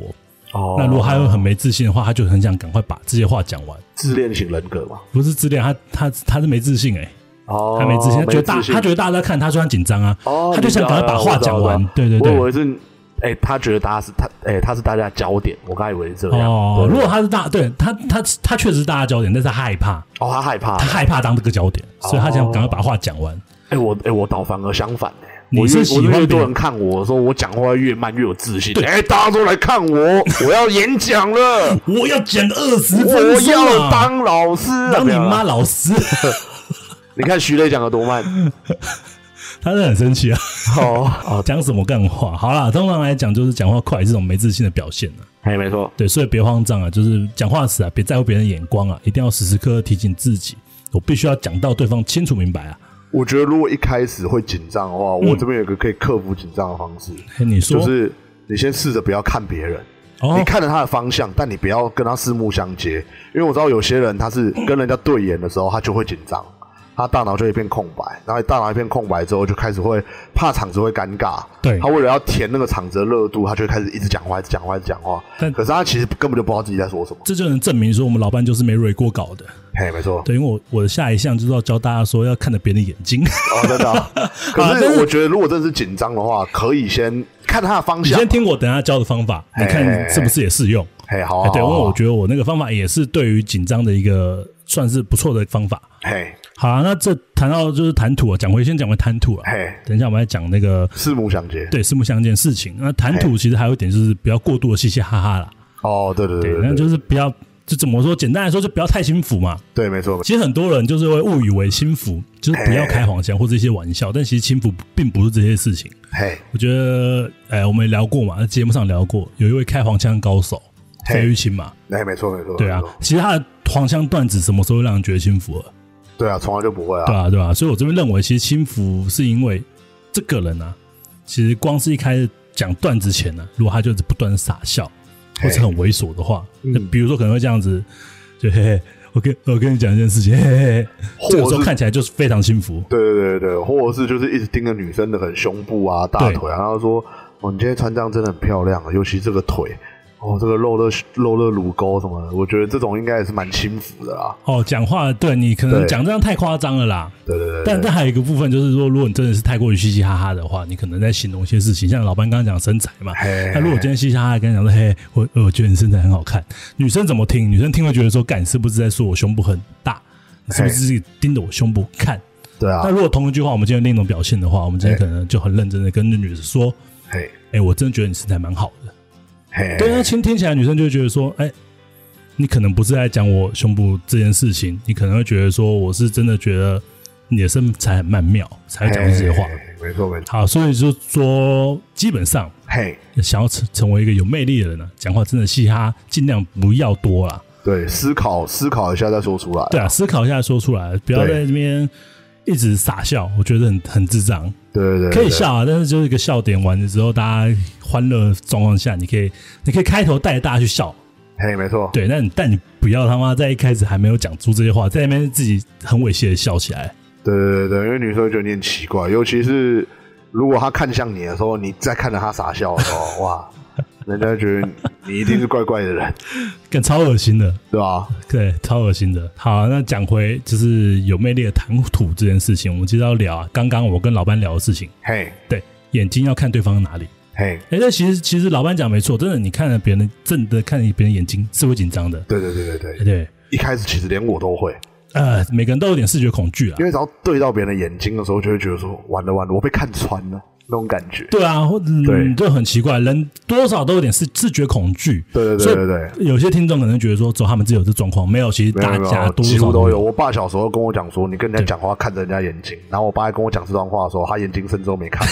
D: 哦，
C: 那如果他又很没自信的话，他就很想赶快把这些话讲完。
D: 自恋型人格嘛，
C: 不是自恋，他他他是没自信哎、
D: 哦，
C: 他没自信，他觉得
D: 没
C: 大
D: 自信
C: 他觉得大家在看他，所以他紧张啊，
D: 哦，
C: 他就想赶快把话讲完
D: 你知道了。
C: 对对
D: 我以为
C: 对。
D: 是，哎、他觉得大家是他，哎、他是大家的焦点。我刚以为是这样。
C: 哦
D: 对，
C: 如果他是大对他他他确实是大家焦点，但是他害怕，
D: 哦，他害怕，
C: 他
D: 哎、
C: 害怕当这个焦点，
D: 哦
C: 所以他想赶快把话讲完。
D: 我哎、我倒反而相反哎、
C: 你
D: 我
C: 是
D: 越
C: 喜欢
D: 我越
C: 别
D: 多
C: 人
D: 人看我说我讲话越慢越有自信。哎、大家都来看
C: (laughs)
D: 我，我要演讲了，
C: 我要讲二十分
D: 我
C: 钟啊
D: 要当老师啊。
C: 当你
D: 没有啦
C: 妈！老师，
D: 你看徐磊讲的多慢。
C: (laughs) 他是很生气啊，
D: 哦哦，
C: 讲什么干话？好啦，通常来讲就是讲话快是这种没自信的表现啊。
D: 哎、没错，
C: 对，所以别慌张啊，就是讲话时啊，别在乎别人的眼光啊，一定要时时刻刻提醒自己，我必须要讲到对方清楚明白啊。
D: 我觉得如果一开始会紧张的话，我这边有一个可以克服紧张的方式，
C: 嘿你说，
D: 就是你先试着不要看别人。
C: 哦
D: 你，看着他的方向，但你不要跟他四目相接，因为我知道有些人他是跟人家对眼的时候，他就会紧张，他大脑就一片空白，然后大脑一片空白之后，就开始会怕场子会尴尬。
C: 对
D: 他为了要填那个场子的热度，他就会开始一直讲话，一直讲话，一直讲话。
C: 但
D: 可是他其实根本就不知道自己在说什么。
C: 这就能证明说我们老班就是没蕊过稿的。
D: 嘿，没错，
C: 对，因为我我的下一项就是要教大家说要看着别人的眼
D: (laughs)
C: 睛，
D: 哦，真
C: (laughs)
D: 的啊。可
C: 但
D: 是
C: 是
D: 我觉得，如果真的是紧张的话，可以先看他的方
C: 你
D: 向
C: 先。听我等下教的方法，你
D: 嘿
C: 看是不是也适用？
D: 嘿，好
C: 哎
D: 啊，
C: 对，因
D: 好
C: 为
D: 啊
C: 我觉得我那个方法也是对于紧张的一个算是不错的方法。
D: 嘿
C: 好啊，那这谈到就是谈吐啊，讲回先讲回谈吐啊。
D: 嘿，
C: 等一下我们来讲那个
D: 四目相接。
C: 对四目相见的事情。那谈吐其实还有一点就是不要过度的嘻嘻哈哈啦，
D: 哦，对对对
C: 对，那
D: 对对，
C: 就是不要就怎么说，简单来说就不要太轻浮嘛。
D: 对，没错，
C: 其实很多人就是会误以为轻浮就是不要开黄腔或者一些玩笑，但其实轻浮并不是这些事情。
D: 嘿，
C: 我觉得，哎，我们也聊过嘛，在节目上聊过，有一位开黄腔高手
D: 嘿
C: 费玉清嘛，
D: 哎，没错，没错，
C: 对啊
D: 没错，
C: 其实他的黄腔段子什么时候会让人觉得轻浮了？
D: 对啊，从来就不会
C: 对
D: 啊。
C: 啊，对啊，所以我这边认为，其实轻浮是因为这个人啊，其实光是一开始讲段子前呢、如果他就是不断的傻笑或是很猥琐的话，那比如说可能会这样子，就嘿嘿，我跟我跟你讲一件事情，嘿嘿嘿，这个时
D: 或
C: 候
D: 是
C: 看起来就是非常轻浮，
D: 对对对对，或者是就是一直盯着女生的很胸部啊、大
C: 对
D: 腿啊，然后说：“哦，你今天穿这样真的很漂亮，啊，尤其这个腿，哦，这个露的露的乳沟什么的，我觉得这种应该也是蛮轻浮的啊啦。
C: 哦，讲话对你可能
D: 对
C: 讲这样太夸张了啦。”
D: 对对对，
C: 但
D: 对
C: 但还有一个部分就是说，如果你真的是太过于嘻嘻哈哈的话，你可能在形容一些事情，像老班刚刚讲身材嘛
D: 嘿。
C: 那如果今天嘻嘻哈哈跟你讲说，嘿，我我觉得你身材很好看，女生怎么听？女生听会觉得说，干，你是不是在说我胸部很大？你是不是盯着我胸部看？
D: 对啊
C: 那，如果同一句话，我们今天另一种表现的话，我们今天
D: 嘿
C: 可能就很认真的跟女生说，
D: 嘿
C: 哎，我真的觉得你身材蛮好的。
D: 嘿，
C: 对，那听听起来女生就会觉得说，哎、你可能不是在讲我胸部这件事情，你可能会觉得说我是真的觉得你的身材很曼妙，才会讲出这些话。
D: 嘿没错没错，
C: 好，所以就说，基本上
D: 嘿，
C: 想要成成为一个有魅力的人呢、讲话真的嘻哈尽量不要多啦。
D: 对，思考思考一下再说出来。
C: 对啊，思考一下说出来，不要
D: 对
C: 在这边一直傻笑，我觉得很很智障。
D: 对对对，
C: 可以
D: 对
C: 笑啊，但是就是一个笑点完了之后，大家欢乐状况下，你可以你可以开头带着大家去笑，
D: 嘿，没错，
C: 对，那你但你不要他妈在一开始还没有讲出这些话，在那边自己很猥亵的笑起来。
D: 对对对对，因为女生会觉得你很奇怪，尤其是如果她看向你的时候，你再看着她傻笑的时
C: (laughs)
D: 候，哇，人家觉得你一定是怪怪的人，
C: 更超恶心的，
D: 对吧？
C: 对，超恶心的。好，啊那讲回就是有魅力的谈吐这件事情，我们接着要聊啊。刚刚我跟老班聊的事情，
D: 嘿，
C: 对，眼睛要看对方哪里。
D: 嘿，
C: 哎，那其实其实老班讲没错，真的，你看了别人真的看别人眼睛是会紧张的，
D: 对对对对对，
C: 哎对，
D: 一开始其实连我都会，
C: 呃，每个人都有点视觉恐惧啊
D: 因。为只要对到别人的眼睛的时候，就会觉得说完了完了，我被看穿了那种感觉。
C: 对啊，或
D: 对
C: 嗯，就很奇怪，人多少都有点视视觉恐惧。
D: 对对对对对，
C: 有些听众可能觉得说，走，他们自己有这状况，没有，其实
D: 没有
C: 大
D: 没
C: 家
D: 有，
C: 多
D: 几乎
C: 少
D: 都有。
C: 有。
D: 我爸小时候跟我讲说，你跟
C: 对
D: 人家讲话看着人家眼睛，然后我爸在跟我讲这段话的时候，他眼睛甚至都
C: (laughs)
D: 没看。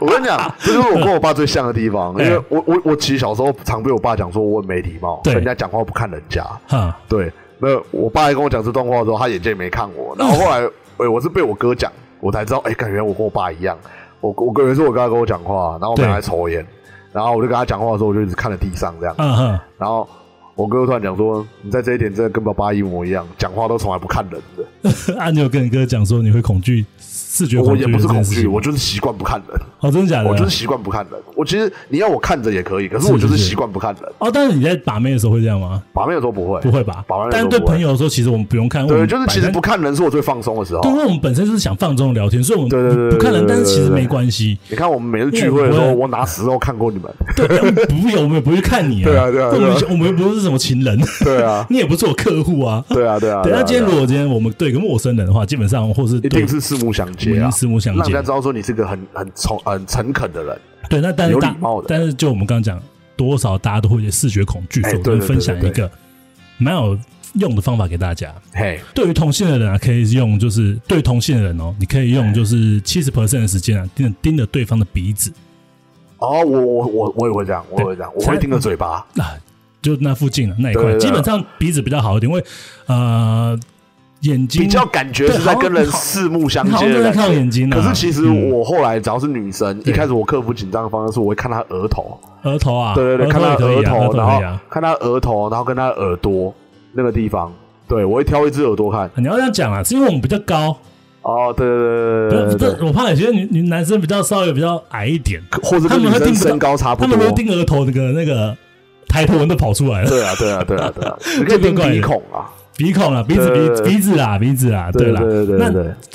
D: 我跟你讲，这就是我跟我爸最像的地方，因为
C: 哎
D: 我我我其实小时候常被我爸讲说我很没礼貌，
C: 对
D: 人家讲话不看人家。
C: 哈，
D: 对，那我爸在跟我讲这段话的时候，他眼睛也没看我，
C: 嗯
D: 然后后来，哎，我是被我哥讲，我才知道，哎，感觉我跟我爸一样，我我哥有一次我跟他跟我讲话，然后我们
C: 对
D: 还在抽烟，然后我就跟他讲话的时候，我就一直看着地上这样。
C: 嗯哼，
D: 然后我哥突然讲说：“你在这一点真的跟爸爸一模一样，讲话都从来不看人
C: (laughs)
D: 的。
C: 啊，你有跟你哥讲说你会恐惧视觉
D: 我
C: 恐惧
D: 也
C: 这件事情
D: 不
C: 吗？
D: 是恐惧，我就是习惯不看人，
C: 哦，真的假的？
D: 我就是习惯不看人。我其实你要我看着也可以，可是我就是
C: 是是
D: 习惯不看人。
C: 哦，但是你在把妹的时候会这样吗？
D: 把妹的时候不会，
C: 不会吧
D: 把妹？的时
C: 但
D: 候
C: 是对
D: 不会
C: 朋友说，其实我们不用看，我
D: 对，
C: 们
D: 就是其实
C: 本身
D: 不，看人是我最放松的时候
C: 对，。因为我们本身就是想放纵聊天，所以我
D: 对对对
C: 们不看人，
D: 对对
C: 但是其实
D: 对对
C: 没关系。
D: 你看我们每次聚会的时
C: 因为
D: 候，
C: 我不会
D: 我哪时候看过你
C: (laughs)
D: 们？
C: 对，我们不用，我们也不会看你啊。
D: 对啊对啊
C: 我
D: 对啊
C: 们我们又不是什么情人，，
D: 对啊
C: (laughs) 你也不是我客户啊。
D: 对啊，对啊。
C: 对，那
D: 啊，
C: 今天
D: 对啊
C: 如果今天我们对一个陌生人的话，基本上或是
D: 一
C: 对
D: 定是四目相接
C: 我
D: 啊，
C: 们四目相接
D: 让人家知道说你是个很很诚很诚恳的人。
C: 对，那但是
D: 有
C: 大
D: 礼貌的
C: 但是就我们刚刚讲，多少大家都会有点视觉恐惧，
D: 哎
C: 所以我
D: 对
C: 们
D: 对
C: 分享
D: 对
C: 一
D: 对
C: 个蛮有用的方法给大家。
D: 嘿，
C: 对于同性的人啊，可以用就是对同性的人哦，你可以用
D: 哎
C: 就是七十 percent 的时间啊，盯着盯着对方的鼻子
D: 哦，我我我我也会这样，我也会这样，我会盯着嘴巴。
C: 啊，就那附近啊那一块，
D: 对对对
C: 基本上鼻子比较好一点，因为呃眼睛
D: 比较感觉是在跟人四目相
C: 你好像
D: 接
C: 真
D: 的
C: 的
D: 感觉
C: 靠眼睛啊，
D: 可是其实
C: 嗯
D: 我后来只要是女生，一
C: 对
D: 开始我克服紧张的方式是，我会看她额头，
C: 额头啊，
D: 对对对，看她
C: 额头也可
D: 额
C: 以啊，额头也
D: 头，然
C: 可以
D: 后
C: 啊。
D: 看她额头，然后跟她耳朵那个地方，对我会挑一只耳朵看。
C: 你要这样讲啊，是因为我们比较高，
D: 哦，对对
C: 不
D: 对
C: 是
D: 对对
C: 不
D: 对，
C: 是，我怕有些女女男生比较稍微比较矮一点，
D: 或者
C: 他
D: 跟
C: 们
D: 女
C: 会盯不
D: 生
C: 到
D: 身高差不
C: 他们会
D: 多。
C: 盯额头那个那个抬头纹都跑出来
D: (laughs)
C: 了，
D: 对啊对啊对啊对
C: (laughs)
D: 啊，你可以
C: 这
D: 盯
C: 个怪
D: 鼻
C: 人
D: 孔啊，
C: 鼻孔啦，鼻子
D: 对对
C: 鼻
D: 对
C: 鼻子啦，鼻子啦，
D: 对
C: 啦。
D: 对对对
C: 那
D: 对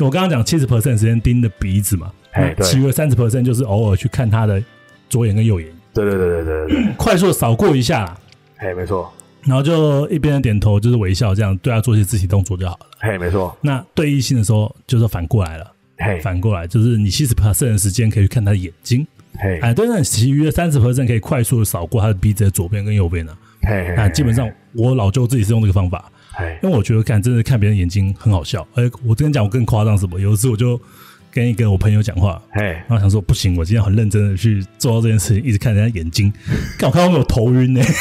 C: 我刚刚讲七十 percent 时间盯着鼻子嘛，
D: 哎对
C: 其余三十 percent 就是偶尔去看他的左眼跟右眼，
D: 对对对对对对对，
C: 快速地扫过一下啦，
D: 嘿没错，
C: 然后就一边点头就是微笑，这样对他做一些肢体动作就好了。
D: 嘿没错，
C: 那对异性的时候就是反过来了，
D: 嘿
C: 反过来就是你七十 percent 的时间可以去看他的眼睛，
D: 嘿
C: 哎，但是其余的三十 percent 可以快速的扫过他的鼻子的左边跟右边呢、
D: 嘿
C: 啊。
D: 嘿
C: 那基本上我老舅自己是用这个方法，
D: 嘿
C: 因为我觉得看真的看别人眼睛很好笑。而我跟你讲，我更夸张什么？有一次我就跟一个我朋友讲话，
D: 嘿
C: 然后想说不行，我今天很认真的去做到这件事情，一直看人家眼睛， (laughs) 看我看到我头晕呢、 (laughs)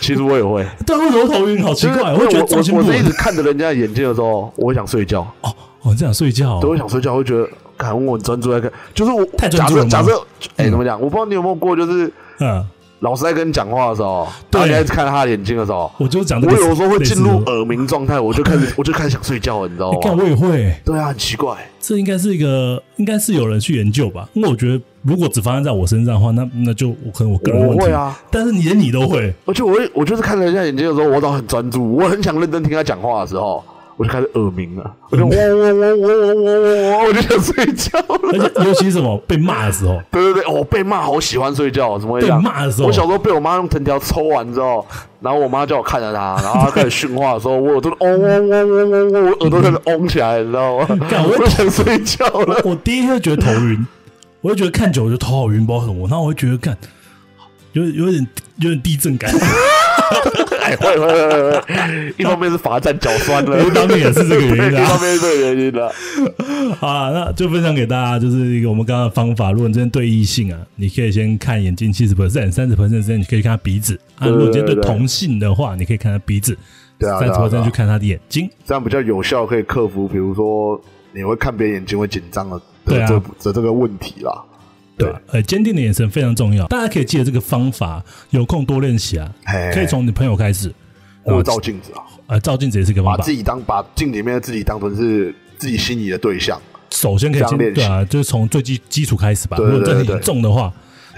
D: 其实我也会，
C: 对，啊为什么头晕？好奇怪，
D: 就是
C: 会觉得
D: 我
C: 重心
D: 我
C: 不
D: 我是一
C: 稳
D: 直。看着人家的眼睛的时候，我会想睡觉。
C: 哦，我这样睡觉、
D: 对，我
C: 哦，
D: 想睡觉，会觉得，看我很专注在看，就是我
C: 太专
D: 假
C: 注了
D: 设
C: 吗
D: 假设，哎、怎么讲？我不知道你有没有过，就是
C: 嗯，
D: 老师在跟你讲话的时候，
C: 对
D: 大家一直看他的眼睛的时候，
C: 我就讲这
D: 我
C: 个，
D: 有时候会进入
C: 类似的
D: 耳啊鸣状态，我就开始我就开始想睡觉了，你知道
C: 你看
D: 吗？
C: 哎我也会，
D: 对啊，很奇怪，
C: 这应该是一个，应该是有人去研究吧？因为我觉得，如果只发生在我身上的话，那那就我可能我个人
D: 我
C: 问题。
D: 会啊，
C: 但是你连你都会，
D: 而且我会我就是看着人家眼睛的时候，我倒很专注，我很想认真听他讲话的时候，我就开始耳鸣了，我就嗡嗡嗡嗡嗡嗡嗡嗡，我就想睡觉了。
C: 而且 (laughs) 尤其是什么被骂的时候，
D: 对对对，我、被骂好喜欢睡觉，怎么会这
C: 被
D: 样？
C: 骂的时候
D: 我，小时候被我妈用藤条抽完之后，然后我妈叫我看着她，
C: (laughs)
D: 然后她开始训话的时候，我有都哦嗡嗡嗡嗡嗡哦嗡，我耳朵开始嗡起来，你知道吗？
C: 干我
D: (laughs) 我想睡觉
C: (laughs)
D: 了。
C: 我第一天就觉得头晕，我就觉得看久了就头好晕，不知道为什么，然后我就觉得干有有点有点地震感， (laughs)
D: 哎，会会会会会，一方面是罚站脚酸了，
C: 我当年也是这个原因啊
D: 对一方面是这个原因的。
C: 啊，那就分享给大家，就是一个我们刚刚的方法。如果你真的对异性啊，你可以先看眼睛七十 percent、三十 percent 之间，你可以看他鼻子啊。
D: 对
C: 如果你今天
D: 对
C: 对
D: 对
C: 同性的话，你可以看他鼻子；
D: 对啊
C: 三
D: 对
C: 十
D: 啊对
C: percent
D: 啊
C: 去看他的眼睛。
D: 这样比较有效，可以克服，比如说你会看别人眼睛会紧张的
C: 对
D: 的
C: 啊
D: 这的这个问题啦。
C: 对，呃，坚定的眼神非常重要。大家可以记得这个方法，有空多练习啊
D: 嘿，
C: 可以从你朋友开始。
D: 或者
C: 呃
D: 照镜子啊，
C: 呃，照镜子也是一个方
D: 把
C: 法
D: 自。己当把镜里面的自己当成是自己心仪的对象。
C: 首先可以
D: 这样
C: 先
D: 练习
C: 对啊，就是从最基基础开始吧。
D: 对对
C: 如果真的
D: 对
C: 很
D: 对
C: 重的话，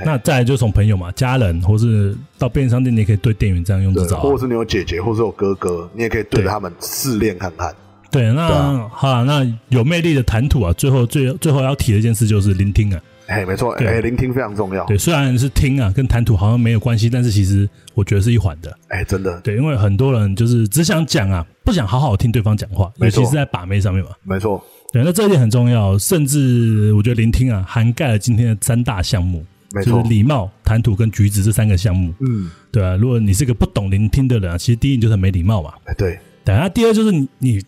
C: 那再来就是从朋友嘛、家人，或是到便利商店，你也可以对店员这样用这
D: 对，
C: 招啊、
D: 或者是你有姐姐，或是有哥哥，你也可以对
C: 对
D: 着他们试炼看看。
C: 对，那
D: 对啊
C: 好啦，那有魅力的谈吐啊，最后最最后要提的一件事就是聆听啊。
D: 哎，没错，
C: 对
D: 哎，聆听非常重要。
C: 对，虽然是听啊，跟谈吐好像没有关系，但是其实我觉得是一环的。
D: 哎，真的，
C: 对，因为很多人就是只想讲啊，不想好好听对方讲话，尤
D: 没错
C: 其是在把妹上面嘛。
D: 没错，
C: 对，那这一点很重要，甚至我觉得聆听啊，涵盖了今天的三大项目，
D: 没
C: 就是
D: 错，
C: 礼貌、谈吐跟举止这三个项目。
D: 嗯，
C: 对啊，如果你是个不懂聆听的人啊，其实第一你就是很没礼貌嘛。
D: 哎，对，
C: 对啊，第二就是你你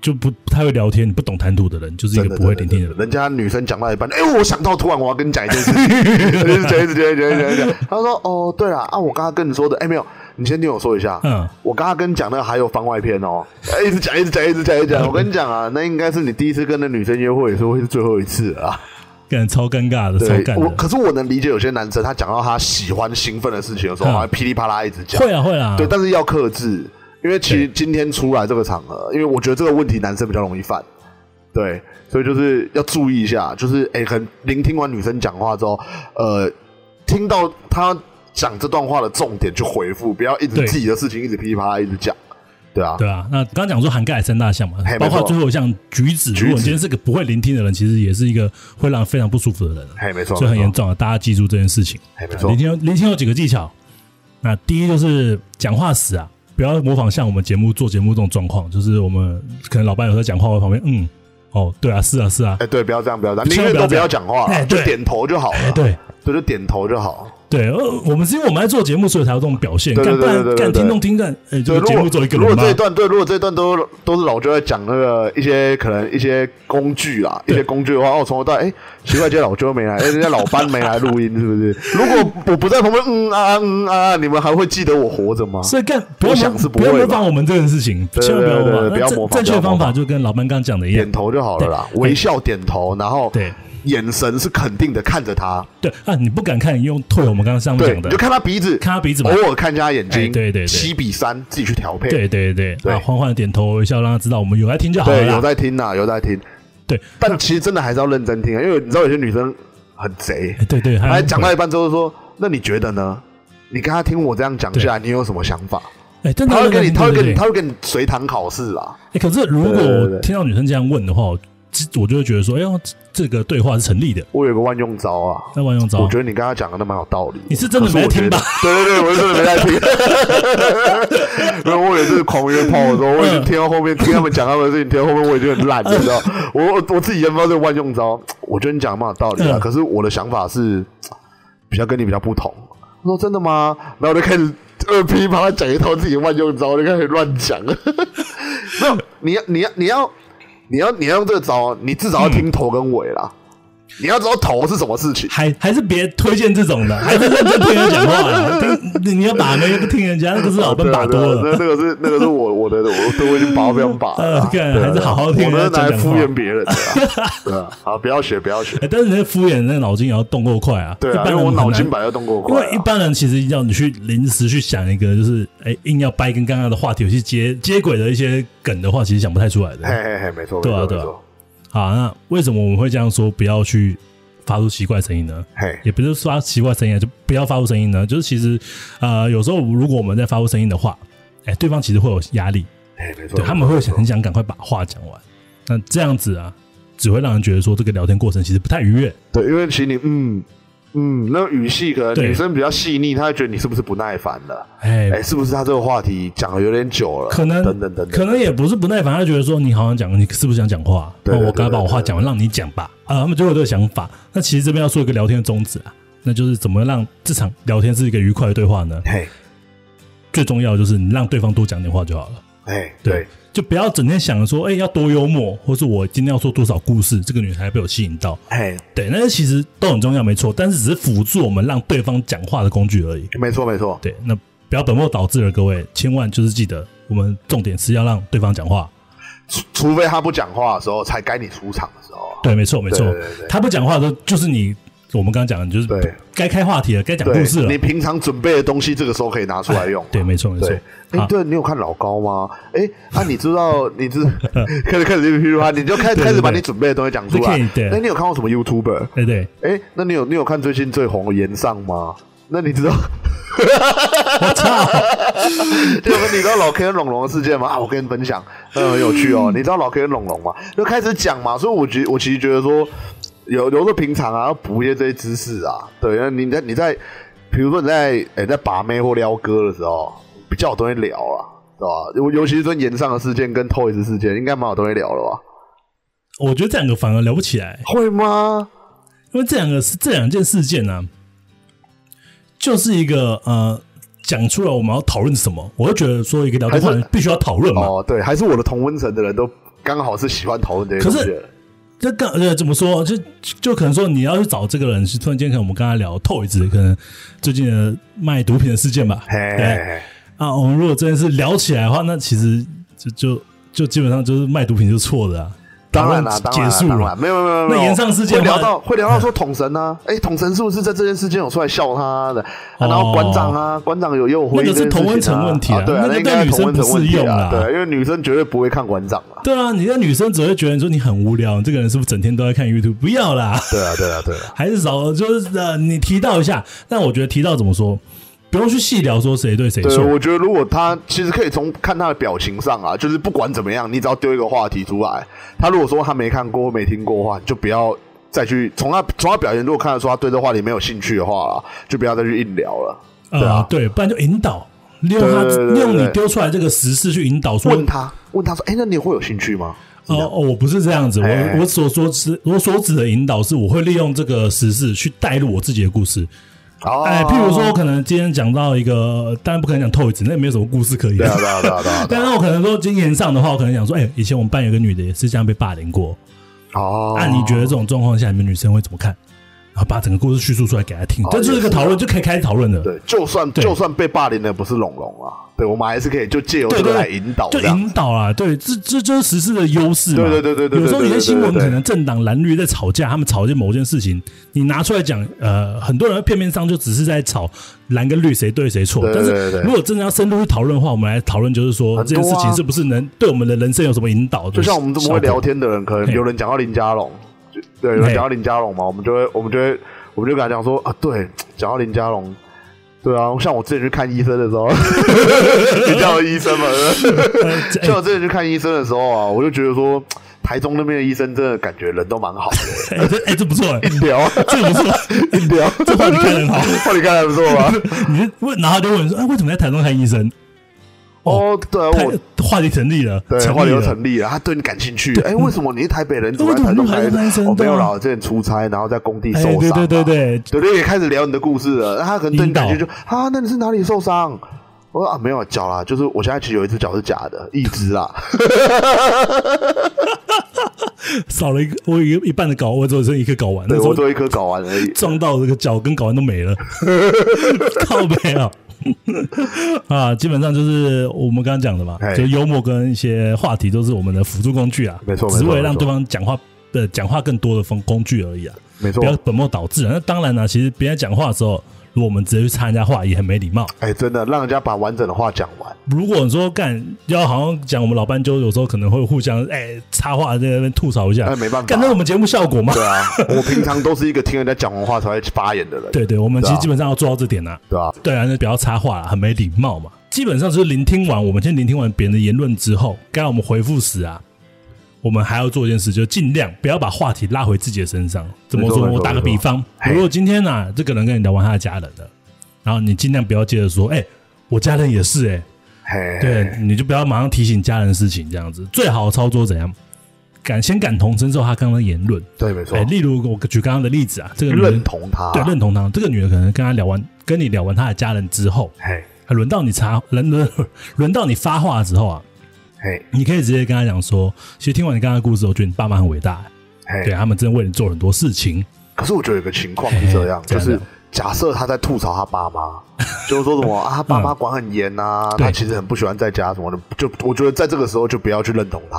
C: 就不不太会聊天，你不懂谈吐的人，就是一
D: 真
C: 个
D: 的
C: 不会
D: 真
C: 聆
D: 的
C: 听的
D: 真
C: 人。
D: 人家女生讲到一半，哎、我想到，突然我要跟你讲一件
C: (laughs)
D: 事情，一直讲，一直讲，一直讲，一直讲。他说，哦，对了，啊，我刚刚跟你说的，哎、没有，你先听我说一下。
C: 嗯
D: 我刚刚跟你讲那个还有番外篇哦，哎一直讲，一直讲，一直讲，一直讲。我跟你讲啊，那应该是你第一次跟那女生约会，也是会是最后一次啊。
C: 干超尴尬的，超
D: 对，
C: 干
D: 我
C: 的。
D: 可是我能理解有些男生，他讲到他喜欢兴奋的事情的时
C: 嗯
D: 候，他会噼里啪啦一直讲。
C: 会啊会啊，
D: 对，但是要克制，因为其实今天出来这个场合，因为我觉得这个问题男生比较容易犯，对，所以就是要注意一下，就是哎，很聆听完女生讲话之后，呃，听到她讲这段话的重点去回复，不要一直
C: 对
D: 自己的事情一直噼里啪啦一直讲，对啊，
C: 对啊。那刚刚讲说涵盖三大项嘛
D: 嘿，
C: 包
D: 没
C: 括
D: 错
C: 最后像举止，
D: 举
C: 如
D: 止
C: 果你今天是个不会聆听的人，其实也是一个会让人非常不舒服的人啊，
D: 嘿，没错，
C: 所以很
D: 没错
C: 严，重啊。大家记住这件事情。
D: 嘿，没
C: 聆
D: 错，
C: 听有聆听哦有几个技巧，那第一就是讲话时啊，不要模仿像我们节目做节目这种状况，就是我们可能老板有时候讲话，我在旁边嗯，哦，对啊，是啊，是啊，
D: 哎，对，不要这样，不要这样，宁
C: 千万
D: 愿
C: 不要
D: 都不要
C: 这
D: 讲话
C: 哎
D: 了，就
C: 对
D: 点头就好
C: 哎
D: 了，
C: 对。
D: 对，就点头就好。
C: 对，呃，我们是因为我们在做节目，所以才有这种表现。
D: 对
C: 干
D: 对
C: 不然
D: 对对对
C: 干
D: 对
C: 听众听干，哎，这
D: 对，
C: 个
D: 如
C: 节目
D: 果
C: 做一个
D: 如
C: 人
D: 果
C: 吗
D: 这一？段对，如果这一段都都是老周在讲那个一些可能一些工具啊，一
C: 对
D: 些工具的话，哦，从头到尾哎，奇怪，今天老周没来，哎，人家老班没来录音，是不
C: (laughs)
D: 是？如果我不在旁边，嗯啊嗯啊，你们还会记得我活着吗？
C: 所以干不要模
D: 啊我想是不
C: 不要
D: 会
C: 模
D: 吧
C: 仿我们这件事情，
D: 对
C: 千万不要模
D: 对对
C: 仿。
D: 不
C: 那
D: 要
C: 正
D: 模仿
C: 正确的
D: 不要
C: 方
D: 模
C: 法
D: 仿
C: 就跟老班刚刚讲的一样
D: 点，头就好了啦，
C: 对
D: 微笑点头，然后
C: 对
D: 眼神是肯定的看着他，
C: 对啊，你不敢看，你用退我们刚刚上面
D: 对，
C: 讲
D: 你
C: 的
D: 就，看他鼻子，
C: 看他鼻子嘛
D: 偶。尔看一下他眼
C: 哎
D: 睛，
C: 对对对
D: 七比三自己去调配，
C: 对对对，
D: 对
C: 啊，缓缓地点头微笑，让他知道我们有在听就好了
D: 对，有
C: 啦。
D: 在听呐，有在听，
C: 对，
D: 但其实真的还是要认真听，啊，因为你知道有些女生很贼
C: 哎，对对，还
D: 还
C: 有
D: 讲到一半之后说：“那你觉得呢？你刚刚听我这样讲下来，你有什么想法
C: 哎，？”真的
D: 他会跟你，他会跟你，
C: 对对
D: 他会跟你随堂考试啊！
C: 哎，可是如
D: 对对对
C: 果
D: 对
C: 听到女生这样问的话，我这我就会觉得说，哎呦，这这个对话是成立的，
D: 我有个万用招啊，
C: 那万用招
D: 我觉。得你刚刚讲的那蛮有道理。
C: 你是真的
D: 可
C: 没在
D: 我觉
C: 听吧
D: 得？对对对，我是真的没在 (laughs) 听。没有，我也是狂约炮的时候，我已
C: 嗯
D: 经听到后面听他们讲他们的事情，听到后面我已经很懒了，你知道？我我我自己研发这个万用招，我觉得你讲的蛮有道理啊。
C: 嗯
D: 可是我的想法是比较跟你比较不同。我说真的吗？然后我就开始呃噼里啪啦讲一套自己的万用招，我就开始乱讲。 (laughs) 没有，你要你要你要你要你要用这个招，你至少要
C: 嗯
D: 听头跟尾啦。你要知道头是什么事情。
C: 还还是别推荐这种的，还是认真听人讲话啊。 (laughs) 听你你要把妹又不听人家，那个 (laughs) 是老
D: (laughs) 对
C: 奔把多了。
D: 那那个是那个是我我的我对我已经把我非常把了
C: 呃 (laughs)
D: 啊，
C: 干
D: 对
C: 还是好好听
D: 我那
C: 人
D: 是
C: 家
D: 拿来
C: 讲
D: 敷
C: 话
D: 衍别人的啊，对啊，好不要学不要学，
C: 哎但是你那敷衍，那脑筋也要动够快啊。
D: 对
C: 一
D: 啊，
C: 般
D: 因
C: 人
D: 为我
C: 很
D: 脑
C: 难
D: 筋本来就动过
C: 因
D: 快
C: 为一
D: 啊，
C: 般人其实要你去临时去想一个，就是哎、硬要掰跟刚刚的话题有去接接轨的一些梗的话，其实想不太出来的。
D: 嘿嘿嘿，没错，没
C: 对啊
D: 错
C: 对
D: 没
C: 啊
D: 错，
C: 好，那为什么我们会这样说？不要去发出奇怪声音呢？
D: 嘿，
C: 也不是说奇怪声音，啊，就不要发出声音呢。就是其实呃，有时候如果我们在发出声音的话，哎、对方其实会有压力，
D: 嘿没错，
C: 对，他们会想很想赶快把话讲完。那这样子啊，只会让人觉得说这个聊天过程其实不太愉悦。
D: 对，因为其实你嗯嗯，那语气可能
C: 对
D: 女生比较细腻，她会觉得你是不是不耐烦了？
C: 哎、
D: 哎，是不是他这个话题讲的有点久了？
C: 可能
D: 等等等等，
C: 可能也不是不耐烦，他觉得说你好像讲，你是不是想讲话？哦
D: 对对
C: 那我
D: 对
C: 刚才把
D: 对
C: 我话
D: 对
C: 讲完，让你讲吧。啊，他们就会有这个想法。那其实这边要说一个聊天的宗旨啊，那就是怎么让这场聊天是一个愉快的对话呢？
D: 嘿，
C: 最重要的就是你让对方多讲点话就好了。
D: 哎，
C: 对
D: 对，
C: 就不要整天想着说，哎、要多幽默，或是我今天要说多少故事，这个女孩被我吸引到。
D: 哎，
C: 对，那些其实都很重要，没错，但是只是辅助我们让对方讲话的工具而已。
D: 没错没错，
C: 对，那不要本末倒置了，各位，千万就是记得，我们重点是要让对方讲话。
D: 除除非他不讲话的时候，才该你出场的时候啊。
C: 对，没错，没错
D: 对对对，
C: 他不讲话的时候，就是你我们刚刚讲的，你就
D: 对
C: 是该开话题了，该讲故
D: 对
C: 事，
D: 你
C: 了。
D: 平常准备的东西，这个时候可以拿出来用啊。
C: 对，没错，没错
D: 对。，哎
C: 啊，
D: 对你有看老高吗？哎，啊，你知道，
C: (laughs)
D: 你知开始开始噼里啪啦，啊你就开
C: 对对
D: 开始把
C: 对
D: 你准备的东西讲出
C: 这可
D: 来
C: 以。对
D: 那你有看过什么 YouTuber？
C: 对对，
D: 哎，那你有你有看最近最红的岩上吗？那你知道，
C: 我
D: (laughs)
C: 操，
D: 就你知道老 K 跟龙龙的事件吗？啊，我跟你分享，那很有趣哦。你知道老 K 跟龙龙吗？就开始讲嘛，所以我觉我其实觉得说，有有时候平常啊要补一些这些知识啊，对，那你在你在，比如说你在诶、在把妹或撩哥的时候，比较有东西聊啊，对吧？尤尤其是说岩上的事件跟 Toys 事件，应该蛮有东西聊了吧？
C: 我觉得这两个反而聊不起来，
D: 会吗？
C: 因为这两个是这两件事件呢、就是一个呃，讲出来我们要讨论什么，我就觉得说一个聊天
D: 还是
C: 话题必须要讨论嘛。
D: 哦，对，还是我的同温层的人都刚好是喜欢讨论这些
C: 可
D: 东
C: 是
D: 西的。
C: 这个呃怎么说？就就可能说你要去找这个人，是突然间可能我们刚才聊透一次，可能最近的卖毒品的事件吧。
D: 嘿嘿
C: 对
D: 嘿，
C: 啊，我们如果真的是聊起来的话，那其实就就就基本上就是卖毒品就是错的啊。
D: 当然
C: 讨
D: 啦，
C: 论
D: 当然
C: 结
D: 啦
C: 束
D: 当
C: 了
D: 然，没有没有没有没有。
C: 那延上事件
D: 会聊
C: 话
D: 到会聊到说统
C: (laughs)
D: 神啊，哎，统神是不是在这件事件有出来笑他的？啊然后馆长啊，馆长有诱
C: 哦
D: 惑
C: 那个
D: 这
C: 是
D: 件事情啊，
C: 同温层问题啊
D: 啊，对啊，
C: 那个
D: 应
C: 对
D: 该
C: 女
D: 是同温
C: 生
D: 层
C: 不
D: 问
C: 适
D: 题
C: 用
D: 啊
C: 啦，
D: 对，因为女生绝对不会看馆长啊。
C: 对啊，你的女生只会觉得说你很无聊，你这个人是不是整天都在看 YouTube？不要啦。
D: 对啊，对啊，对啊，
C: 还是少，就是呃，你提到一下。但我觉得提到怎么说，不用去细聊说谁对谁
D: 对，
C: 错。
D: 我觉得如果他其实可以从看他的表情上啊，就是不管怎么样，你只要丢一个话题出来，他如果说他没看过、没听过的话，你就不要再去从他从他表情，如果看得出他对这话题没有兴趣的话啊，就不要再去硬聊了。对啊
C: 呃，对，不然就引导，利用他
D: 对对对
C: 利用你
D: 对
C: 丢出来这个时事去引导说，
D: 问他，问他说：“哎、那你会有兴趣吗
C: 哦哦，我不是这样子，
D: 哎
C: 我我所说指我所指的引导是，我会利用这个时事去带入我自己的故事。？”
D: 哦，
C: 哎，譬如说，我可能今天讲到一个，当然不可能讲透一次，那也没有什么故事可以
D: 对。啊，对啊，对啊，对啊，对
C: (laughs) 但
D: (laughs) 啊
C: 是我可能说今天上的话，我可能讲说，哎，以前我们班有个女的也是这样被霸凌过，
D: 哦，
C: 那、你觉得这种状况下，你们女生会怎么看？然后把整个故事叙述出来给她
D: 哦
C: 听，这就是一个讨
D: 啊
C: 论，就可以开始讨论了。
D: 对，就算
C: 对
D: 就算被霸凌的不是龙龙啊，对我们还是可以就借由
C: 对
D: 这
C: 对
D: 个
C: 对
D: 来引导
C: 就
D: 这
C: 引
D: 样。
C: 导啦，对，这这这就是时事的优势嘛。
D: 对对对对对对
C: 有时候有些新闻
D: 对对对对
C: 可能政党蓝绿在吵架，他们吵一件某件事情，你拿出来讲，呃，很多人片面上就只是在吵蓝跟绿谁对谁错。
D: 对
C: 但
D: 对对
C: 是
D: 对
C: 如果真的要深入去讨论的话，我们来讨论就是说
D: 很
C: 这
D: 多啊
C: 件事情是不是能对我们的人生有什么引导？
D: 就像我们这么会聊，天的人，可能
C: 嘿
D: 有人讲到林家龙，就对，有人
C: 嘿
D: 讲到林家龙嘛，我们就会我们就会我们就跟他讲说啊，对，讲到林家龙。对啊，像我之前去看医生的时候， (laughs) 你叫我医生嘛？对不 (laughs) 对
C: 呃这哎
D: 像我之前去看医生的时候啊，我就觉得说，台中那边的医生真的感觉人都蛮好的，
C: 哎这哎这不错，哎
D: 聊
C: 这个不错。
D: 硬聊，
C: 这话你看得很好，
D: (laughs) 话你看得还不错吧？
C: 你就问，然后就问说，哎，为什么在台中看医生？
D: (laughs) 哦，对啊，
C: 太
D: 我
C: 话题成立了，
D: 对
C: 成
D: 话
C: 立
D: 流
C: 了，
D: 成立了，他对你感兴趣。哎，为什么你是台北人，怎
C: (laughs)
D: 么
C: 为什
D: 在
C: 么
D: 台中
C: 还
D: 开
C: 是男生
D: 哦，没有
C: 对啊
D: 啦，我之前出差，然后在工地
C: 哎，
D: 受伤
C: 对
D: 嘛。
C: 对对对，
D: 对，就也开始聊你的故事了。他可能对你
C: 引导
D: 感兴趣，就啊，那你是哪里受伤？我说啊，没有脚啦，就是我现在其实有一只脚是假
C: (laughs)
D: 的，一只啊啦。
C: 少了一个，我有一个一半的睾，我只有剩一个睾丸，那
D: 对
C: 时
D: 我
C: 候
D: 做一颗睾丸而已。
C: 撞到这个脚跟睾丸都没了， (laughs) 靠背啊！ (laughs) 啊，基本上就是我们刚刚讲的嘛，
D: 哎
C: 就幽默跟一些话题都是我们的辅助工具啊，
D: 没错没错
C: 只为了
D: 没错
C: 让对方讲话呃讲话更多的方工具而已啊，
D: 没错
C: 不，要本末倒置啊。那当然啦、其实别人讲话的时候，如果我们直接去插人家话，也很没礼貌。
D: 哎，真的让人家把完整的话讲
C: (laughs)
D: 完。
C: 如果你说干要好像讲我们老班就有时候可能会互相哎插话在那边吐槽一下，
D: 哎没办法
C: 干那我们节目效果吗？
D: 对啊，我平常都是一个听人家讲完话才会发言的人，
C: 对对，我们其
D: 对
C: 实
D: 啊
C: 基本上要做到这点呐、啊。
D: 对吧？
C: 对啊，那不要插话了，很没礼貌嘛。基本上就是聆听完，我们先聆听完别人的言论之后，该我们回复时啊，我们还要做一件事，就尽量不要把话题拉回自己的身上。怎么
D: 没错
C: 说？
D: 没错
C: 我打个比方，
D: 嘿
C: 如果今天啊，这个人跟你聊完他的家人了，然后你尽量不要接着说，哎、我家人也是、哎，
D: 嘿，
C: 对，你就不要马上提醒家人的事情，这样子最好的操作怎样？感先感同身受他刚刚的言论，
D: 对，没错
C: 哎、，例如我举刚刚的例子啊，这个女人
D: 认同他，
C: 对，认同他。这个女的可能跟他聊完，跟你聊完她的家人之后，
D: 嘿，
C: 轮到你插 (laughs) 轮轮轮到你发话的时候啊，
D: 嘿，
C: 你可以直接跟他讲说，其实听完你刚刚的故事，我觉得你爸妈很伟大，欸对
D: 嘿。
C: 他们真的为你做了很多事情。
D: 可是我觉得有个情况是这样，
C: 嘿嘿
D: 就是
C: 怎样的
D: 假设他在吐槽他
C: (laughs)
D: 爸妈，就是说什么啊，他爸妈管很严呐，
C: 嗯对
D: 他其实很不喜欢在家什么的，就我觉得在这个时候就不要去认同他，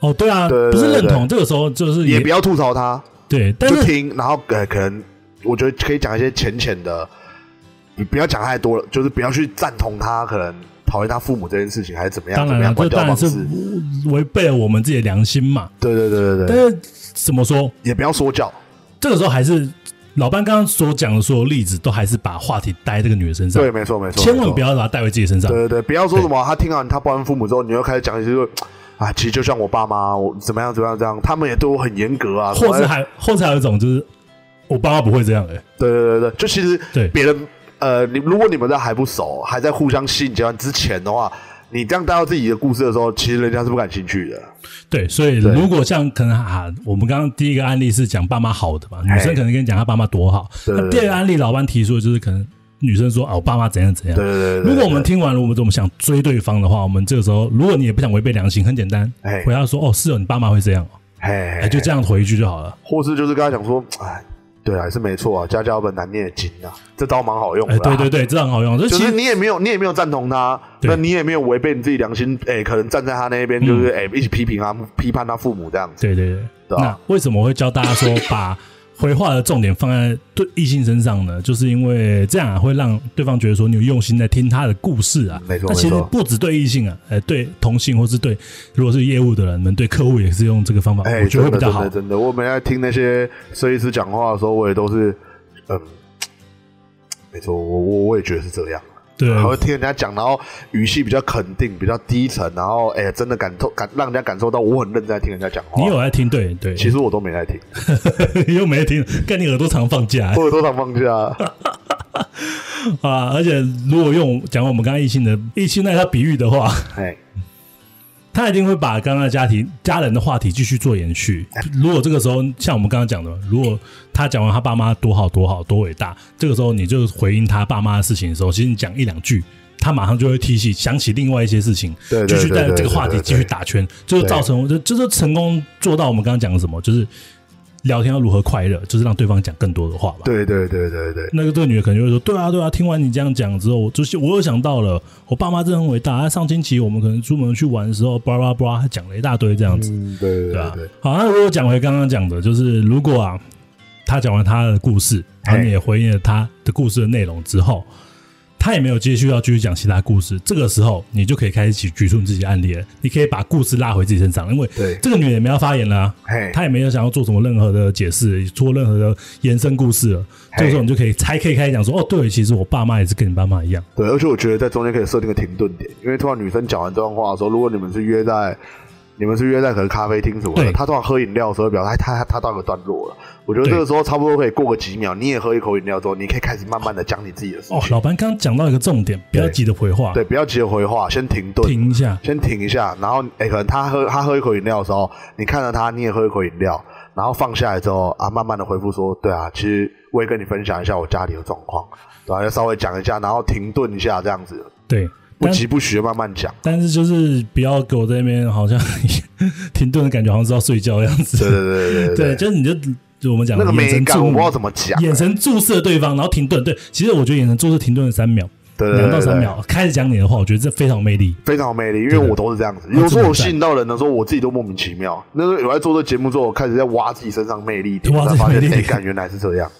C: 哦，对啊，
D: 对对
C: 不是认同，
D: 对对
C: 这个时候就是
D: 也不要吐槽他，
C: 对，但
D: 就是听，然后呃，可能我觉得可以讲一些浅浅的，你不要讲太多了，就是不要去赞同他可能讨厌他父母这件事情，还是怎么样，
C: 当
D: 怎
C: 然
D: 么
C: 了，
D: 样管
C: 这
D: 教
C: 当然
D: 方
C: 是
D: 式。
C: 违背了我们自己的良心嘛。
D: 对对对对
C: 但
D: 对，
C: 是怎么说，
D: 也不要说教。
C: 这个时候还是老班刚刚所讲的所有例子，都还是把话题带在这个女人身上
D: 对，，没错没错，
C: 千
D: 没
C: 万
D: 错
C: 不。要把它带回自己身上
D: 对。对对，不要说什么他听完他报完父母之后，你又开始讲一些说，啊，其实就像我爸妈，我怎么样怎么样这样，他们也对我很严格啊，
C: 或
D: 什
C: 是
D: 么
C: 还，或是还有一种就是，我爸妈不会这样哎，
D: 对对对对，就其实
C: 对
D: 别人呃，你如果你们在还不熟，还在互相吸引阶段之前的话，你这样带到自己的故事的时候，其实人家是不感兴趣的。
C: 对，所以
D: 对
C: 如果像可能啊，我们刚刚第一个案例是讲爸妈好的嘛，女生
D: 哎
C: 可能跟你讲她爸妈多好，
D: 对对
C: 那第二个案例老班提出的就是可能女生说啊，我爸妈怎样怎样
D: 对。对对对对，
C: 如果我们
D: 对
C: 听完了，我们怎么想追对方的话，我们这个时候，如果你也不想违背良心，很简单
D: 哎，
C: 回答说哦，是哦，你爸妈会这样哦，
D: 嘿，
C: 哎，就这样回一句就好了。
D: 或是就是跟他讲说，哎，对啊，也是没错啊，家家有本难念的经啊，这招蛮好用的、
C: 哎，
D: 啊。
C: 对对对，这很好用。就
D: 就
C: 其
D: 是
C: 实
D: 你也没有，你也没有赞同他，
C: 对
D: 那你也没有违背你自己良心，哎、可能站在他那边，
C: 嗯
D: 就是哎、一起批评他、批判他父母这样子。
C: 对对对。
D: 对
C: 那
D: 啊
C: 为什么会教大家说把回话的重点放在对异性身上呢？就是因为这样啊，会让对方觉得说你有用心在听他的故事啊。
D: 没错
C: 那其实
D: 没错
C: 不止对异性啊，呃，对同性或是对如果是业务的人们，对客户也是用这个方法，
D: 哎、
C: 我觉得会
D: 真
C: 比较
D: 的真
C: 好
D: 的。真的，我们在听那些设计师讲话的时候，我也都是，嗯，没错，我我我也觉得是这样。
C: 对，
D: 还会听人家讲，然后语气比较肯定，比较低沉，然后哎、真的感受感让人家感受到我很认真在听人家讲话。
C: 你有在听？对对，
D: 其实我都没在听，
C: 你 (laughs) 又没听，干你耳朵常放假
D: 我有多少放假？
C: (laughs) 啊！而且如果用讲我们刚刚异性的异性那他比喻的话，
D: 哎，
C: 他一定会把刚刚的家庭、家人的话题继续做延续。如果这个时候像我们刚刚讲的，如果他讲完他爸妈多好多好多伟大，这个时候你就回应他爸妈的事情的时候，其实你讲一两句，他马上就会提起想起另外一些事情，
D: 对
C: 继
D: 对
C: 续
D: 对
C: 在
D: 对
C: 这个话题
D: 对对
C: 继续打圈，就是
D: 对
C: 造成就就是成功做到我们刚刚讲的什么，就是聊天要如何快乐，就是让对方讲更多的话吧。
D: 对对对对对，
C: 那个这个女的可能就会说：“对啊，对啊，听完你这样讲之后，我就是我又想到了，我爸妈真的很伟大。啊上星期我们可能出门去玩的时候，巴拉巴拉，他讲了一大堆这样子，
D: 嗯，对对
C: 对啊
D: 对对，。
C: 好，那如果讲回刚刚讲的，就是如果啊，他讲完他的故事，然后
D: 嘿
C: 你也回应了他的故事的内容之后，他也没有继续要继续讲其他故事，这个时候你就可以开始举举出你自己的案例了，你可以把故事拉回自己身上，因为
D: 对
C: 这个女人也没有发言了啊、
D: 嘿，
C: 他也没有想要做什么任何的解释，做任何的延伸故事了。
D: 嘿
C: 这个时候你就可以才可以开始讲说，哦，对，其实我爸妈也是跟你爸妈一样，
D: 对，而且我觉得在中间可以设定个停顿点，因为突然女生讲完这段话的时候，如果你们是约在，你们是约在可能咖啡厅什么
C: 对
D: 的，她突然喝饮料的时候，表示她哎她她她到一个段落了。我觉得这个时候差不多可以过个几秒，你也喝一口饮料之后，你可以开始慢慢的讲你自己的事
C: 哦，
D: 情。
C: (laughs) 老班刚刚讲到一个重点，不要急着回话，
D: 对，不要急着回话，先停顿，
C: 停一下，
D: 先停一下，然后哎、可能他喝他喝一口饮料的时候，你看着他，你也喝一口饮料，然后放下来之后啊，慢慢的回复说，对啊，其实我也跟你分享一下我家里的状况，对啊，就稍微讲一下，然后停顿一下这样子，
C: 对。
D: 不
C: 但
D: 急不徐的慢慢讲。
C: 但是就是不要给我在那边好像 (laughs) 停顿的感觉，好像是要睡觉的样子。
D: 对对对对对
C: 对，就是你就就我们讲
D: 那
C: 的
D: 个
C: 眼
D: 美
C: 神
D: 感我
C: 注
D: 不知道怎么讲，啊
C: 眼神注视着对方，然后停顿。对，其实我觉得眼神注视停顿了三秒，
D: 对对
C: 两
D: 对
C: 到
D: 对
C: 三
D: 对
C: 秒，开始讲你的话，我觉得这非常有魅力。
D: 非常有魅力，因为
C: 对对
D: 我都是这样子。
C: 啊
D: 有时候
C: 这么
D: 我
C: 赞
D: 吸引到人的时候，我自己都莫名其妙。那时候有在做这节目之后，我开始在挖自己身上魅力点，
C: 挖
D: 才
C: 自己
D: 发现
C: 魅力
D: 哎，
C: 点
D: 干原来是这样，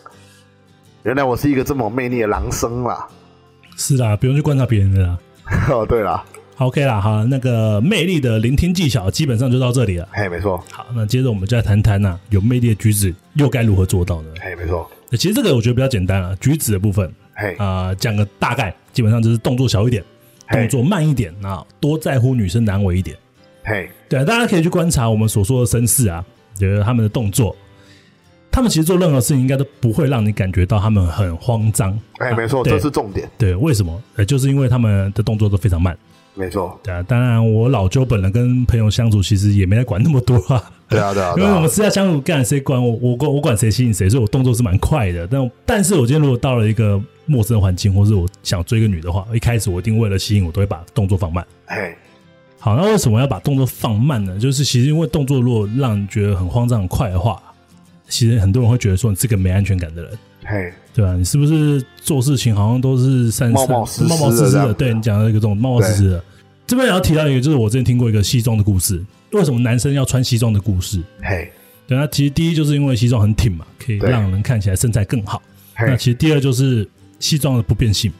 D: 原来我是一个这么有魅力的狼生啦。 (laughs)
C: 是啦，不用去观察别人的啦。
D: 哦，对啦，
C: 好 OK 啦，好，那个魅力的聆听技巧基本上就到这里了。
D: 嘿，没错，
C: 好，那接着我们就来谈谈呐、有魅力的举止又该如何做到呢？
D: 嘿，没错，
C: 那其实这个我觉得比较简单啊，举止的部分
D: 嘿，
C: 啊、呃讲个大概，基本上就是动作小一点，
D: 嘿
C: 动作慢一点啊，多在乎女生的安危一点。
D: 嘿，
C: 对、啊，大家可以去观察我们所说的绅士啊，觉得他们的动作，他们其实做任何事情应该都不会让你感觉到他们很慌张。
D: 嘿，哎没错，
C: 啊对
D: 这是重点，
C: 对，为什么？呃，就是因为他们的动作都非常慢。
D: 没错，
C: 对啊，当然我老周本人跟朋友相处，其实也没在管那么多啊。
D: 对啊，对啊，
C: 因
D: 对
C: 为我
D: 啊
C: 们，私下相处，干谁管我？我管我管谁吸引谁，所以我动作是蛮快的。但但是我今天如果到了一个陌生的环境，或是我想追个女的话，一开始我一定为了吸引我，都会把动作放慢。
D: 哎，
C: 好，那为什么要把动作放慢呢？就是其实因为动作如果让你觉得很慌张、很快的话，其实很多人会觉得说你是个没安全感的人，
D: 嘿，
C: 对啊吧、你是不是做事情好像都是三
D: 冒冒失失的
C: 冒冒失失
D: 这样
C: 的？
D: 子啊
C: 对你讲的一个这种冒冒失失的。这边也要提到一个，就是我之前听过一个西装的故事，为什么男生要穿西装的故事？
D: 嘿，
C: 对，那其实第一就是因为西装很挺嘛，可以
D: 对
C: 让人看起来身材更好。那
D: 嘿，
C: 其实第二就是西装的不变性。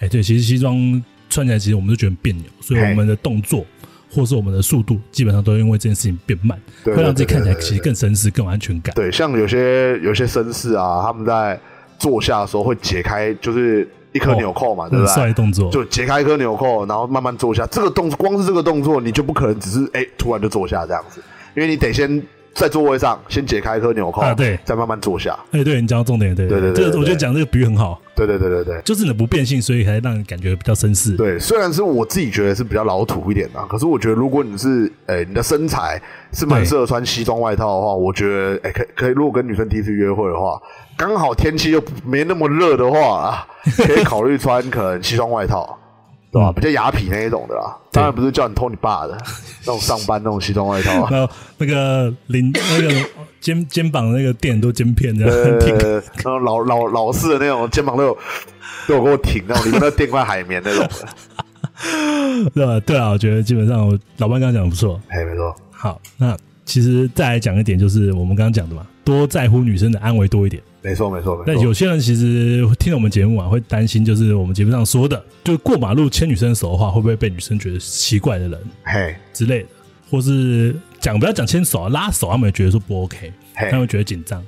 C: 哎、对，其实西装穿起来，其实我们就觉得很别扭，所以
D: 嘿
C: 我们的动作或是我们的速度，基本上都会因为这件事情变慢，
D: 对
C: 会让自己
D: 对对
C: 看起来
D: 对对
C: 其实更绅士、更有安全感。
D: 对，像有些有些绅士啊，他们在坐下的时候会解开，就是一颗
C: 哦
D: 纽扣嘛，对
C: 很
D: 不
C: 帅的
D: 对？
C: 动作，
D: 就解开一颗纽扣，然后慢慢坐下。这个动作，光是这个动作，你就不可能只是哎、突然就坐下这样子，因为你得先在座位上先解开一颗纽扣，
C: 啊对
D: 再慢慢坐下。
C: 哎、对你讲到重点，对
D: 对对对
C: 这
D: 对
C: 个我觉得讲这个比喻很好，
D: 对对对对对
C: 就是你的不变性，所以才让人感觉比较绅士。
D: 对，虽然是我自己觉得是比较老土一点啊，可是我觉得如果你是哎、你的身材是蛮
C: 对
D: 适合穿西装外套的话，我觉得哎、可以可以，如果跟女生第一次约会的话，刚好天气又没那么热的话啊，可以考虑穿可能西装外套。对吧？
C: 嗯
D: 比较雅痞那一种的啦，当然不是叫你偷你爸的那种上班那种西装
C: (laughs)
D: 外套啊。
C: 然后那个领那个 (coughs) 肩肩膀那个垫都肩片这样很挺，
D: 呃，那种老老老式的那种肩膀都有都有给我挺那种，里面都垫块海绵那种
C: (laughs)
D: 的。
C: (laughs) 对吧？对啊，我觉得基本上我老班刚刚讲的不错。
D: 哎，没错，
C: 好，那其实再来讲一点，就是我们刚刚讲的嘛，多在乎女生的安危多一点。
D: 没错，没错，没
C: 那
D: 错。
C: 有些人其实听了我们节目啊，会担心，就是我们节目上说的，就是过马路牵女生手的话，会不会被女生觉得奇怪的人
D: 嘿，
C: 之类的，或是讲不要讲牵手啊，拉手，他们也觉得说不 OK，
D: 嘿
C: 他们会觉得紧张，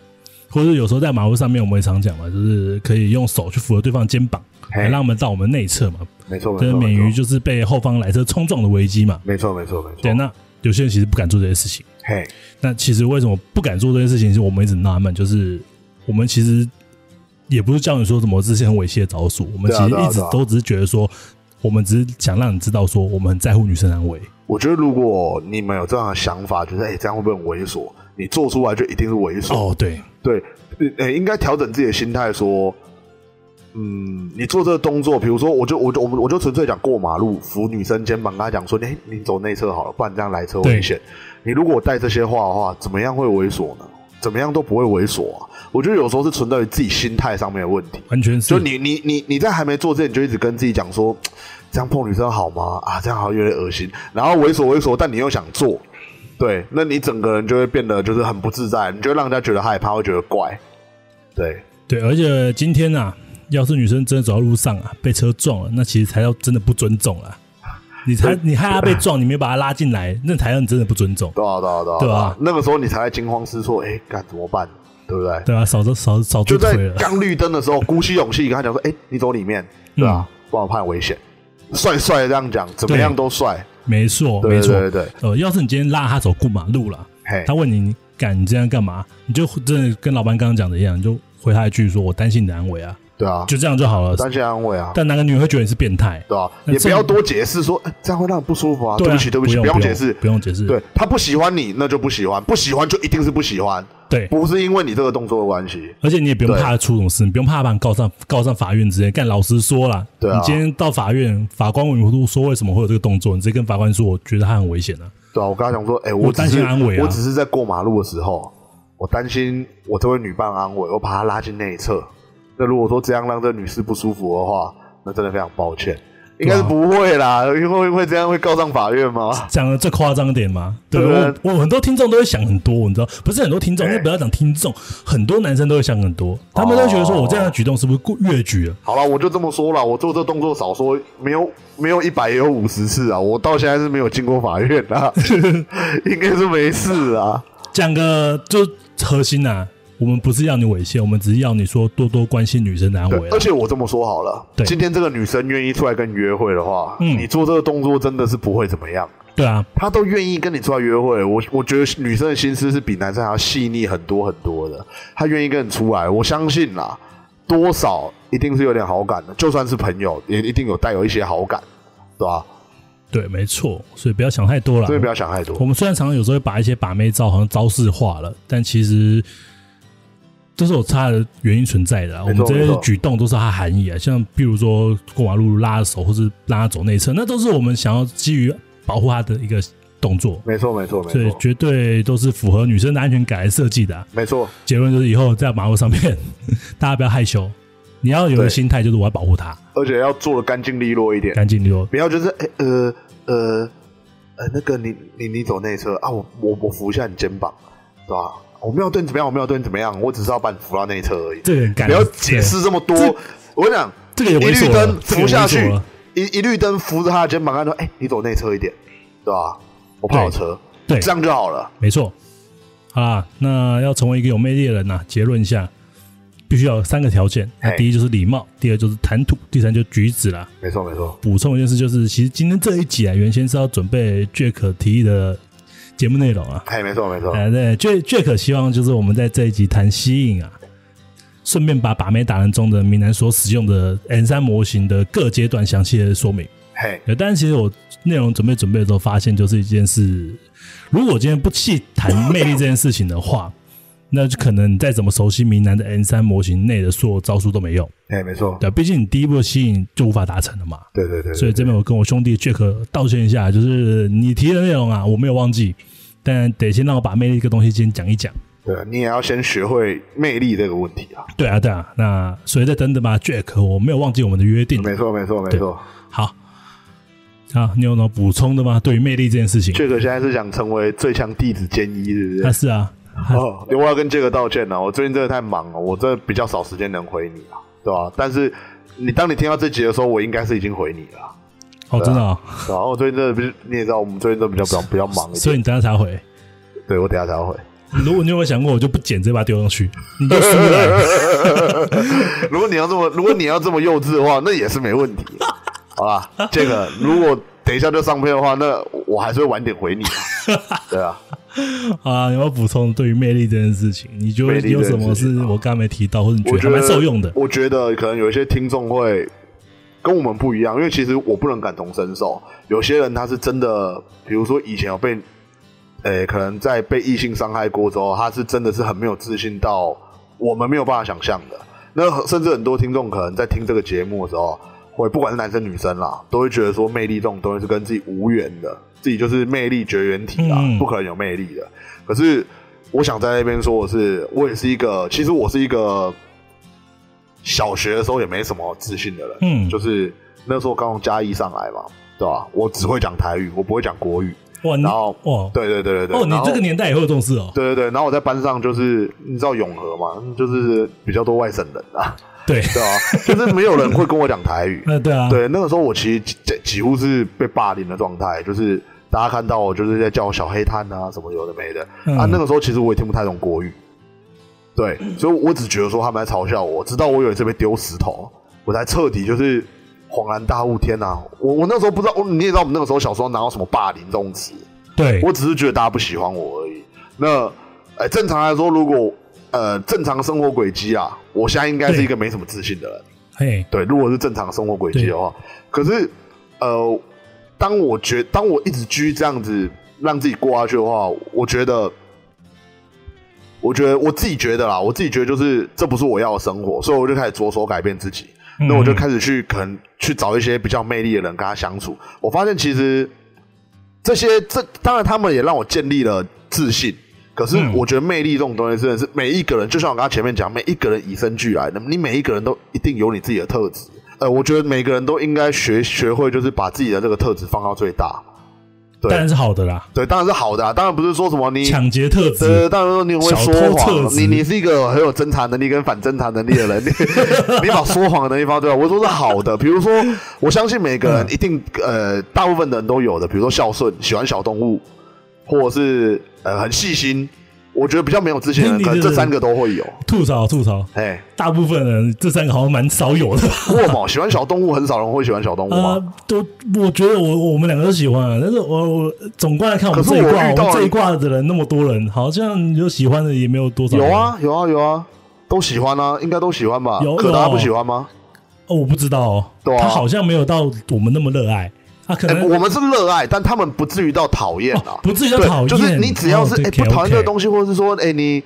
C: 或者有时候在马路上面，我们也常讲嘛，就是可以用手去扶着对方肩膀，
D: 嘿
C: 来让我们到我们内侧嘛，
D: 没
C: 就
D: 错，没
C: 是
D: 错，
C: 免
D: 没
C: 于
D: 错，
C: 就是被后方来车冲撞的危机嘛。
D: 没错，没错，没错。
C: 对，那有些人其实不敢做这些事情。
D: 嘿，
C: 那其实为什么不敢做这件事情，是我们一直纳闷，就是我们其实也不是叫你说什么这些很猥亵的招数，我们
D: 对
C: 其
D: 啊
C: 实
D: 对啊
C: 一直
D: 对啊
C: 都只是觉得说，我们只是想让你知道说我们很在乎女生安危。
D: 我觉得如果你们有这样的想法，就是哎、这样会不会很猥琐？你做出来就一定是猥琐。
C: 哦，对，
D: 对，呃、应该调整自己的心态，说，嗯，你做这个动作，比如说，我就我就我们我就纯粹讲过马路扶女生肩膀，跟她讲说，哎、你走内侧好了，不然这样来车危险。你如果带这些话的话，怎么样会猥琐呢？怎么样都不会猥琐啊！我觉得有时候是存在于自己心态上面的问题。
C: 完全是
D: 就你你你你在还没做之前，你就一直跟自己讲说，这样碰女生好吗？啊，这样好像有点恶心，然后猥琐猥琐，但你又想做，对，那你整个人就会变得就是很不自在，你就会让人家觉得害怕，会觉得怪，对，
C: 对，而且今天啊，要是女生真的走到路上啊，被车撞了，那其实才叫真的不尊重了。你才你害她被撞，你没把她拉进来，那才叫你真的不尊重，
D: 多少多少多少，
C: 对啊
D: 那个时候你才会惊慌失措，哎、该怎么办？对不对？
C: 对吧、少着少少
D: 就
C: 住
D: 在
C: 腿了，嗯
D: 刚绿灯的时候，鼓起勇气跟他讲说，哎、你走里面，对啊吧、不然我怕危险。帅帅的这样讲，怎么样都帅，
C: 没错
D: 对
C: 没错，
D: 对对对，
C: 呃，要是你今天拉她走过马路了，
D: 嘿
C: 他，问你你敢你这样干嘛？你就真的跟老板刚刚讲的一样，你就回他一句说：“我担心你的安危啊。
D: 对啊”，
C: 就这样就好了。
D: 担心安慰啊，
C: 但哪个女人会觉得你是变态？
D: 对吧？
C: 那
D: 也不
C: 这
D: 要多解释说，哎这样会让人不舒服啊。
C: 对
D: 对
C: 啊
D: 不起，对不起，
C: 不
D: 不
C: 用
D: 用解释。
C: 不用解释。
D: 对他不喜欢你，那就不喜欢，不喜欢就一定是不喜欢，
C: 对，
D: 不是因为你这个动作的关系。
C: 而且你也不用
D: 对
C: 怕出什么事，你不用怕把你告上告上法院之类。干，老实说啦，
D: 对啊
C: 你今天到法院，法官问你说为什么会有这个动作，你直接跟法官说，我觉得他很危险啊。
D: 对啊，我跟他讲说，哎，
C: 我
D: 我只
C: 担心
D: 是
C: 安危啊
D: 我只是在过马路的时候，我担心我这位女伴安危，我把她拉进内侧。那如果说这样让这女士不舒服的话，那真的非常抱歉。应该是
C: 啊
D: 不会啦，因为会这样会告上法院吗？
C: 讲的最夸张一点嘛，对
D: 对啊
C: 我我很多听众都会想很多，你知道，不是很多听众，
D: 哎
C: 因为不要讲听众，很多男生都会想很多，他们都会觉得说我这样的举动是不是过越啊举了？
D: 好了，我就这么说了，我做这动作少说没有没有一百也有五十次啊，我到现在是没有进过法院
C: (laughs)
D: 啊，应该是没事啊。
C: 讲个就核心呐、啊，我们不是要你猥亵，我们只是要你说多多关心女生的安
D: 对
C: 危、，啊
D: 而。且我这么说好了
C: 对，
D: 今天这个女生愿意出来跟你约会的话，
C: 嗯
D: 你做这个动作真的是不会怎么样。
C: 对啊，
D: 她都愿意跟你出来约会，我我觉得女生的心思是比男生还要细腻很多很多的。她愿意跟你出来，我相信啦，多少一定是有点好感的，就算是朋友，也一定有带有一些好感，对吧？
C: 对，没错，所以不要想太多了
D: 所以。不要想太
C: 我
D: 多。
C: 们虽然常常有时候会把一些把妹照好像招式化了，但其实都是有它的原因存在的啊、我
D: 没
C: 们
D: 错
C: 这些
D: 没错
C: 举动都是它含义啊，像比如说过马路拉手或是拉他走内侧，那都是我们想要基于保护它的一个动作，
D: 没错没错没
C: 所以
D: 错
C: 绝对都是符合女生的安全感来设计的啊、
D: 没错，
C: 结论就是以后在马路上面， (laughs) 大家不要害羞，你要有的
D: 对
C: 心态就是我要保护它，
D: 而且要做的干净利落一点，
C: 干净溜。
D: 不要就是哎呃呃呃那个你你你走内侧啊，我我我扶一下你肩膀，对吧？我没有对你怎么样，我没有对你怎么样，我只是要把你扶到内侧而已。
C: 这个很干，
D: 不要解释这么多
C: 这。
D: 我跟你讲，
C: 这个也
D: 一
C: 猥
D: 绿
C: 琐了
D: 灯
C: 这个
D: 扶
C: 也
D: 下
C: 猥
D: 去
C: 琐了，
D: 一一绿灯扶着他的肩膀，跟他说：“哎、你走内侧一点，对吧？我怕我车，
C: 对，
D: 这样就好了。
C: 没错。好啦，那要成为一个有魅力的人呐、结论一下，必须要有三个条件。那
D: 嘿
C: 第一就是礼貌，第二就是谈吐，第三就是举止啦。
D: 没错，没错，
C: 补充一件事，就是其实今天这一集啊，原先是要准备 Jack 提议的节目内容啊。
D: 哎，没错，没错，
C: 哎，对，Jack Jack 希望就是我们在这一集谈吸引啊，顺便把把妹达人中的闽南所使用的 N 三模型的各阶段详细的说明。
D: 嘿，
C: 对，但是其实我内容准备准备的时候，发现就是一件事，如果我今天不细谈魅力这件事情的话，那就可能你再怎么熟悉明南的 N 三模型内的所有招数都没用。
D: 哎，没错，
C: 对，毕竟你第一步的吸引就无法达成了嘛。
D: 对对对，
C: 所以这边我跟我兄弟 Jack 道歉一下，就是你提的内容啊，我没有忘记，但得先让我把魅力这个东西先讲一讲。
D: 对啊你也要先学会魅力这个问题啊。
C: 对啊，对啊，那所以再等等吧，Jack，我没有忘记我们的约定。
D: 没错，没错，没错。
C: 好，啊，你有什么补充的吗？对于魅力这件事情，
D: 杰克现在是想成为最强弟子兼一，是不是？
C: 那是啊，
D: 哦，我要跟杰哥道歉了，啊我最近真的太忙了，我真的比较少时间能回你啊，对吧、但是你当你听到这集的时候，我应该是已经回你了啊，
C: 哦，真的、哦，
D: 对吧、我最近真的不是你也知道，我们最近都比较比较比较忙一
C: 所以
D: 点，
C: 你等下才回。
D: 对我等一下才会回。
C: 如果你有没有想过，我就不剪，直接把它丢上
D: (laughs)
C: 去，你就输了。
D: 如果你要这么，如果你要这么幼稚的话，那也是没问题，好吧？杰克，如果等一下就上片的话，那我还是会晚点回你啊，对啊。
C: 啊！有没有补充对于魅力这件事情？你觉
D: 魅
C: 得
D: 力这
C: 有
D: 件
C: 什么
D: 事
C: 是
D: 情啊
C: 我刚才没提到，或者你觉
D: 我
C: 得
D: 觉
C: 还
D: 得
C: 蛮受用的？
D: 我觉得可能有一些听众会跟我们不一样，因为其实我不能感同身受。有些人他是真的，比如说以前有被，呃，可能在被异性伤害过之后，他是真的是很没有自信到我们没有办法想象的。那甚至很多听众可能在听这个节目的时候，会不管是男生女生啦，都会觉得说魅力这种东西是跟自己无缘的，自己就是魅力绝缘体啦，
C: 嗯
D: 不可能有魅力的。可是我想在那边说的是，我也是一个，其实我是一个小学的时候也没什么自信的人，
C: 嗯
D: 就是那时候刚从嘉义上来嘛，对吧、我只会讲台语，我不会讲国语。
C: 哇，你
D: 然后
C: 哇，
D: 对对对对对。
C: 哦，你
D: 然后
C: 这个年代也会有这种事哦。
D: 对对对，然后我在班上就是你知道永和嘛，就是比较多外省人啊，
C: 对， (laughs)
D: 对吧、就是没有人会跟我讲台语，
C: 那对啊，
D: 对，那个时候我其实几几几乎是被霸凌的状态，就是大家看到我就是在叫我小黑炭啊什么有的没的、
C: 嗯
D: 啊。那个时候其实我也听不太懂国语，对，所以我只觉得说他们在嘲笑我，直到我有一次被丢石头，我才彻底就是恍然大悟，天哪、我我那时候不知道，我你也知道我们那个时候小时候哪有什么霸凌这种词，
C: 对，
D: 我只是觉得大家不喜欢我而已。那，哎、正常来说，如果呃正常生活轨迹啊，我现在应该是一个没什么自信的人。
C: 嘿，
D: 对，如果是正常生活轨迹的话，可是呃，当我觉当我一直居这样子让自己过下去的话，我觉得，我觉得我自己觉得啦，我自己觉得就是这不是我要的生活，所以我就开始着手改变自己。那我就开始去可能去找一些比较有魅力的人跟他相处。我发现其实这些这当然他们也让我建立了自信。可是
C: 嗯
D: 我觉得魅力这种东西真的是每一个人，就像我刚刚前面讲，每一个人与生俱来的，你每一个人都一定有你自己的特质。呃，我觉得每个人都应该学学会，就是把自己的这个特质放到最大。对
C: 当然是好的啦，
D: 对，当然是好的、啊，当然不是说什么你
C: 抢劫特
D: 呃，
C: 质，
D: 当然说你很会
C: 小
D: 说
C: 偷
D: 谎
C: 特，质
D: 你你是一个很有侦查能力跟反侦查能力的人，你 (laughs) 你把说谎的能力放到对吧？我说是好的，比如说，我相信每个
C: 嗯
D: 人一定呃，大部分的人都有的，比如说孝顺，喜欢小动物，或者是呃很细心。我觉得比较没有自信的人，
C: 你
D: 可能
C: 这
D: 这三个都会有。
C: 吐槽吐槽，
D: 哎，
C: 大部分人这三个好像蛮少有的。
D: 过
C: (laughs)
D: 嘛，喜欢小动物，很少人会喜欢小动物啊。
C: 呃，都我觉得我我们两个都喜欢啊，但是我我总观来看，我们
D: 可
C: 这
D: 是
C: 一
D: 我
C: 挂
D: 遇
C: 我
D: 到
C: 们这
D: 了
C: 一挂的人那么多人，好像有喜欢的也没有多少。
D: 有，啊，有啊，有啊，都喜欢啊，应该都喜欢吧
C: 有？
D: 可
C: 有
D: 达不喜欢吗？
C: 哦，我不知道哦，
D: 对啊
C: 他好像没有到我们那么热爱，他可
D: 哎，
C: 能
D: 我们是热爱，但他们不至于到讨厌啊
C: 哦。不至于到
D: 对，
C: 讨厌，
D: 就是你只要是
C: 哦
D: 哎、
C: 对
D: 不讨厌这个
C: ，OK，OK
D: 东西，或者是说哎、你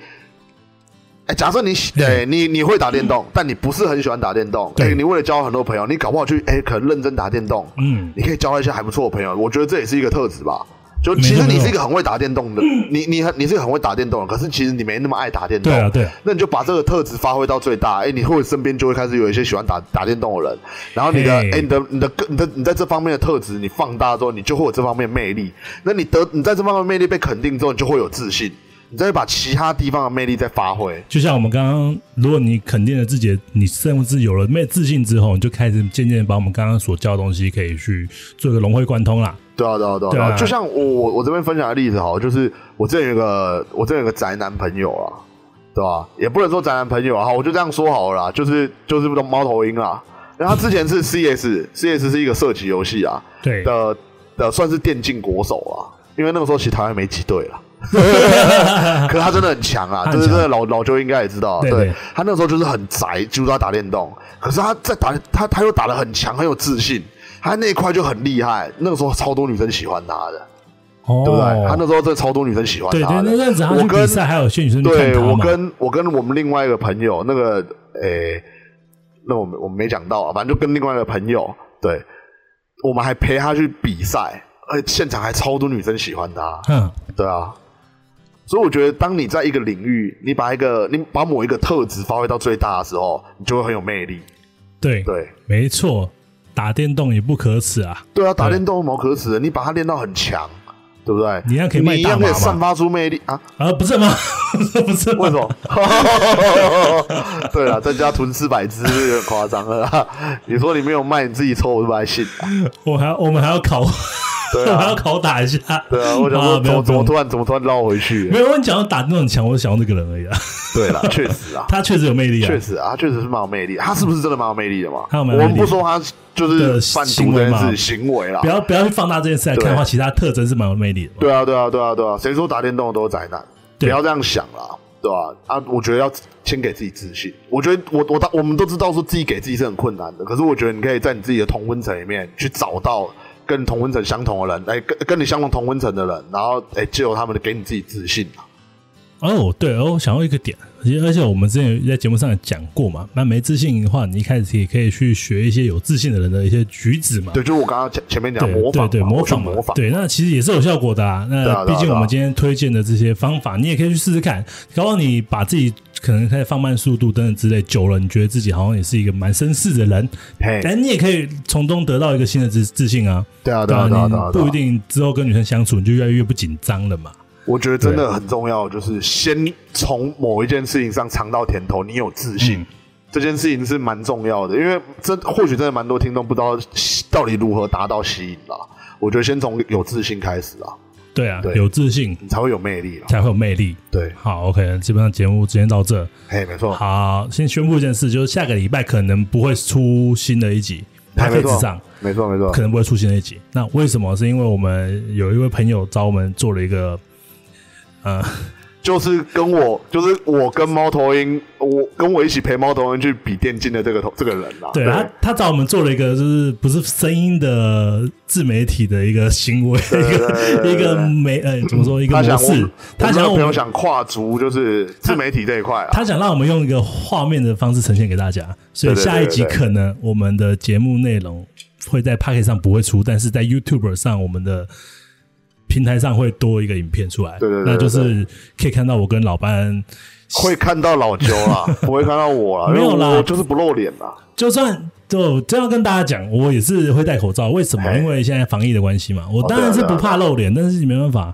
D: 哎、哎，假设你喜
C: 嗯
D: 对你你会打电动，但你不是很喜欢打电动，
C: 对
D: 哎你为了交很多朋友，你搞不好去哎，可能认真打电动，
C: 嗯
D: 你可以交到一些还不错的朋友，我觉得这也是一个特质吧。就
C: 没错
D: 其实
C: 没
D: 你
C: 错
D: 是一个很会打电动的，你你很你是一个很会打电动的，可是其实你没那么爱打电动。
C: 对啊对啊
D: 那你就把这个特质发挥到最大，哎、你会身边就会开始有一些喜欢打打电动的人，然后你的哎
C: 嘿、
D: 你的你的你的你在这方面的特质你放大之后，你就会有这方面魅力。那你得你在这方面魅力被肯定之后，你就会有自信，你再把其他地方的魅力再发挥。
C: 就像我们刚刚，如果你肯定了自己的，你甚至有了没自信之后，你就开始渐渐把我们刚刚所教的东西可以去做一个融会贯通啦。
D: 对啊，对啊，对啊，
C: 对啊
D: 就像我我我这边分享的例子哈，就是我这有一个我这有一个宅男朋友啊，对吧、也不能说宅男朋友啊，好我就这样说好了啦，就是就是猫头鹰啊。然后他之前是 CS，CS 是一个射击游戏啊，
C: 对，
D: 的的算是电竞国手啊，因为那个时候其实台湾没几队
C: (laughs)
D: 了。可是他真的很强啊，
C: 他
D: 这
C: 很
D: 是
C: 强
D: 这个老老舅应该也知道啊，
C: 对对
D: 他那时候就是很宅，几乎都在打电动。可是他在打他他又打得很强，很有自信，他那一块就很厉害。那个时候超多女生喜欢他的，
C: 哦，
D: 对不对？他那时候真的超多女生喜欢
C: 对
D: 他
C: 对，
D: 的。
C: 那阵子他
D: 我
C: 去比
D: 跟
C: 赛，还有些女生去看
D: 对
C: 他嘛。
D: 我跟我跟我们另外一个朋友，那个诶、那我们我们没讲到啊，反正就跟另外一个朋友，对，我们还陪他去比赛，而且现场还超多女生喜欢他，
C: 嗯，
D: 对啊。所以我觉得，当你在一个领域，你把一个你把某一个特质发挥到最大的时候，你就会很有魅力。
C: 对，
D: 对
C: 没错，打电动也不可耻啊。
D: 对啊，打
C: 对
D: 电动毛可耻的，你把它练到很强，对不对？
C: 你一样可以卖
D: 你一样
C: 大
D: 可
C: 麻
D: 以
C: 嘛
D: 散发出魅力啊！
C: 啊，不是吗？ (laughs) 不是
D: 为
C: 吗
D: 什？么？ (laughs) 对了，在家囤四百只有点夸张了
C: (laughs)
D: 啦。你说你没有卖，你自己抽，我是不太信。啊
C: 我还我们还要考，
D: 对
C: 我还要
D: 啊，
C: 考打一下。
D: 对啊，我想说
C: 没
D: 怎
C: 有
D: 么怎么
C: 没
D: 突
C: 有
D: 然怎么突然绕回去
C: 没？有，我讲到打那种强，我想到那个人而已
D: (laughs)
C: 啊。(laughs)
D: 对了，确实啊，
C: 他确实有魅力啊
D: 确，实啊，他确实是蛮有魅力。他是不是真的蛮有魅力的嘛？
C: 他有
D: 我
C: 蛮有魅力
D: 们不说他就是
C: 的
D: 贩毒这件
C: 行为嘛
D: 事行为啦
C: 不。要不要去放大这件事来看的话，其他特征是蛮有魅力的嘛。
D: 啊对啊，对啊，对啊，对啊，谁说打电动的都是宅男？不
C: 对
D: 要这样想啦，对吧、啊？我觉得要先给自己自信。我觉得我我当我们都知道说自己给自己是很困难的，可是我觉得你可以在你自己的同温层里面去找到跟同温层相同的人，哎，跟跟你相同同温层的人，然后哎，借由他们给你自己自信啊。
C: 哦，对哦，我想到一个点，而且而且我们之前在节目上也讲过嘛，那没自信的话，你一开始也可以去学一些有自信的人的一些举止嘛。
D: 对，就是我刚刚前前面讲
C: 对
D: 模仿嘛，
C: 对对，模仿
D: 去
C: 嘛
D: 模仿。
C: 对，那其实也是有效果的啊。
D: 对
C: 那
D: 啊对
C: 毕
D: 啊
C: 竟
D: 对啊
C: 我们今天推荐的这些方法，你也可以去试试看。搞不好你把自己可能开始放慢速度等等之类，久了你觉得自己好像也是一个蛮绅士的人，
D: 嘿，
C: 但你也可以从中得到一个新的自自信啊。
D: 对啊，对啊，对啊，对啊，
C: 你
D: 对啊
C: 不一。定之后跟女生相处你就越来越不紧张了嘛。
D: 我觉得真的很重要，就是先从某一件事情上尝到甜头，你有自信，
C: 嗯
D: 这件事情是蛮重要的。因为真或许真的蛮多听众不知道到底如何达到吸引啦。我觉得先从有自信开始啊，
C: 对啊，
D: 对
C: 有自信
D: 你才会有魅力啦。
C: 才会有魅力。
D: 对，
C: 好，OK，基本上节目今天到这。
D: 嘿，没错，
C: 好，先宣布一件事，就是下个礼拜可能不会出新的一集，
D: 嘿
C: 还可
D: 哎没
C: 以
D: 错，
C: 上。
D: 没错，没错
C: 可，能不会出现那一集。那为什么？是因为我们有一位朋友找我们做了一
D: 哦
C: 个，呃，
D: 就是跟我，就是我跟猫头鹰，我跟我一起陪猫头鹰去比电竞的这个头这个人啦。
C: 对他，他找我们做了一个，就是不是声音的自媒体的一个行为，
D: 对对对对对嗯
C: 一个一个媒呃，怎么说一个
D: 他想
C: 模
D: 我
C: 式
D: 们，，
C: 他想
D: 我
C: 我
D: 们的朋友
C: 们。
D: 想跨足就是自媒体这一块啊。
C: 他想让我们用一个画面的方式呈现给大家，所以
D: 对对对
C: 下一集
D: 对对
C: 可能我们的节目内容会在 p a c k e t 上不会出，但是在 YouTube 上我们的平台上会多一个影片出来。
D: 对对对对
C: 那就是可以看到我跟老班
D: 会看到老九
C: (laughs)
D: 啦，不会看到我啦，
C: 没有
D: 因为我
C: 啦
D: 就是不露脸啦。
C: 就算就这样跟大家讲，我也是会戴口罩。为什么？
D: 哎
C: 因为现在防疫的关系嘛。
D: 哦
C: 我当
D: 啊
C: 然是不怕露脸，但是没办法，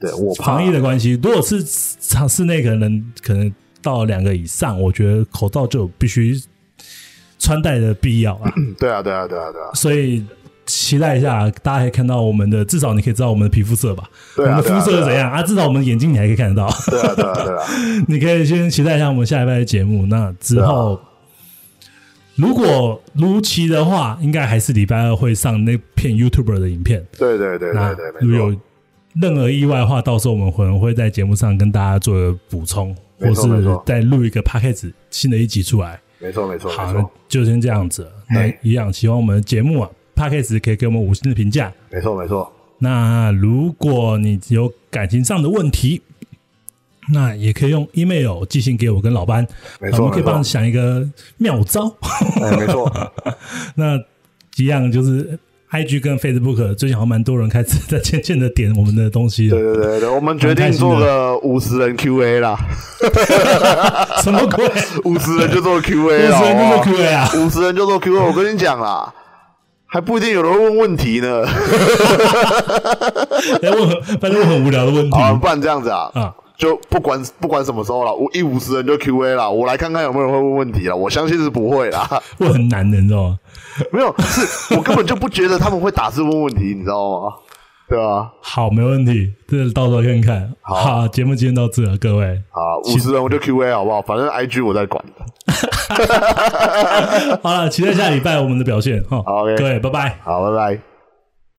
D: 对我怕
C: 防疫的关系。如果是场室内，可能可能到两个以上，我觉得口罩就有必须穿戴的必要
D: (laughs)
C: 啊。
D: 嗯对啊，对啊，对啊，对啊，
C: 所以期待一下，大家可以看到我们的，至少你可以知道我们的皮肤色吧？
D: 对啊
C: 我们的肤色是怎样啊？至少我们眼睛你还可以看得到。
D: 对啊，对啊，
C: (laughs)
D: 对啊，
C: 你可以先期待一下我们下一拜的节目。那之后，
D: 啊
C: 如果如期的话，应该还是礼拜二会上那片 YouTuber 的影片。
D: 对对对
C: 那
D: 对对，
C: 如
D: 没
C: 有
D: 错，
C: 任何意外的话，到时候我们可能会在节目上跟大家做个补充，
D: 没
C: 或
D: 错没
C: 是
D: 错
C: 再录一个 p a c k a g e 新的一集出来。
D: 没错，没错，哎
C: 好，
D: 没
C: 那
D: 错，
C: 就先这样子了。那
D: 嘿
C: 一样，喜欢我们的节目啊 p a c k a g e 可以给我们五星的评价。
D: 没错，没错，
C: 那如果你有感情上的问题，那也可以用 email 寄信给我跟老班，
D: 没
C: 我
D: 错
C: 们可以
D: 没错
C: 帮你想一个妙招。 (laughs)
D: 哎，没错，
C: 那一样就是。I G 跟 Facebook 最近好像蛮多人开始在渐渐的点我们的东西
D: 对
C: 了，
D: 对对对，我们决定做个五十人 Q&A 啦，
C: 什么
D: (laughs)
C: 鬼？哎
D: 五十人就做
C: 我 (laughs)
D: Q&A 啦，哦
C: 是那么 Q A 啊！
D: 五十人就做 Q&A，我跟你讲啦，还不一定有人会问问题呢。
C: 嗯来问很，反正问很无聊的问题
D: 好，不然这样子啊，
C: 啊。
D: 就不管不管什么时候了，我一五十人就 Q&A 啦，我来看看有没有人会问问题啦。我相信是不会啦，
C: 问很难的，你知道吗？
D: 没有，是我根本就不觉得他们会打字问问题，你知道吗？对啊，
C: 好，没问题，这到时候看看。好，节目今天到这了，各位。
D: 好，五十人我就 Q&A 好不好？反正 IG 我在管的。
C: 好了，期待下礼拜我们的表现哈。
D: 好，OK
C: 各位，拜拜。
D: 好，拜拜。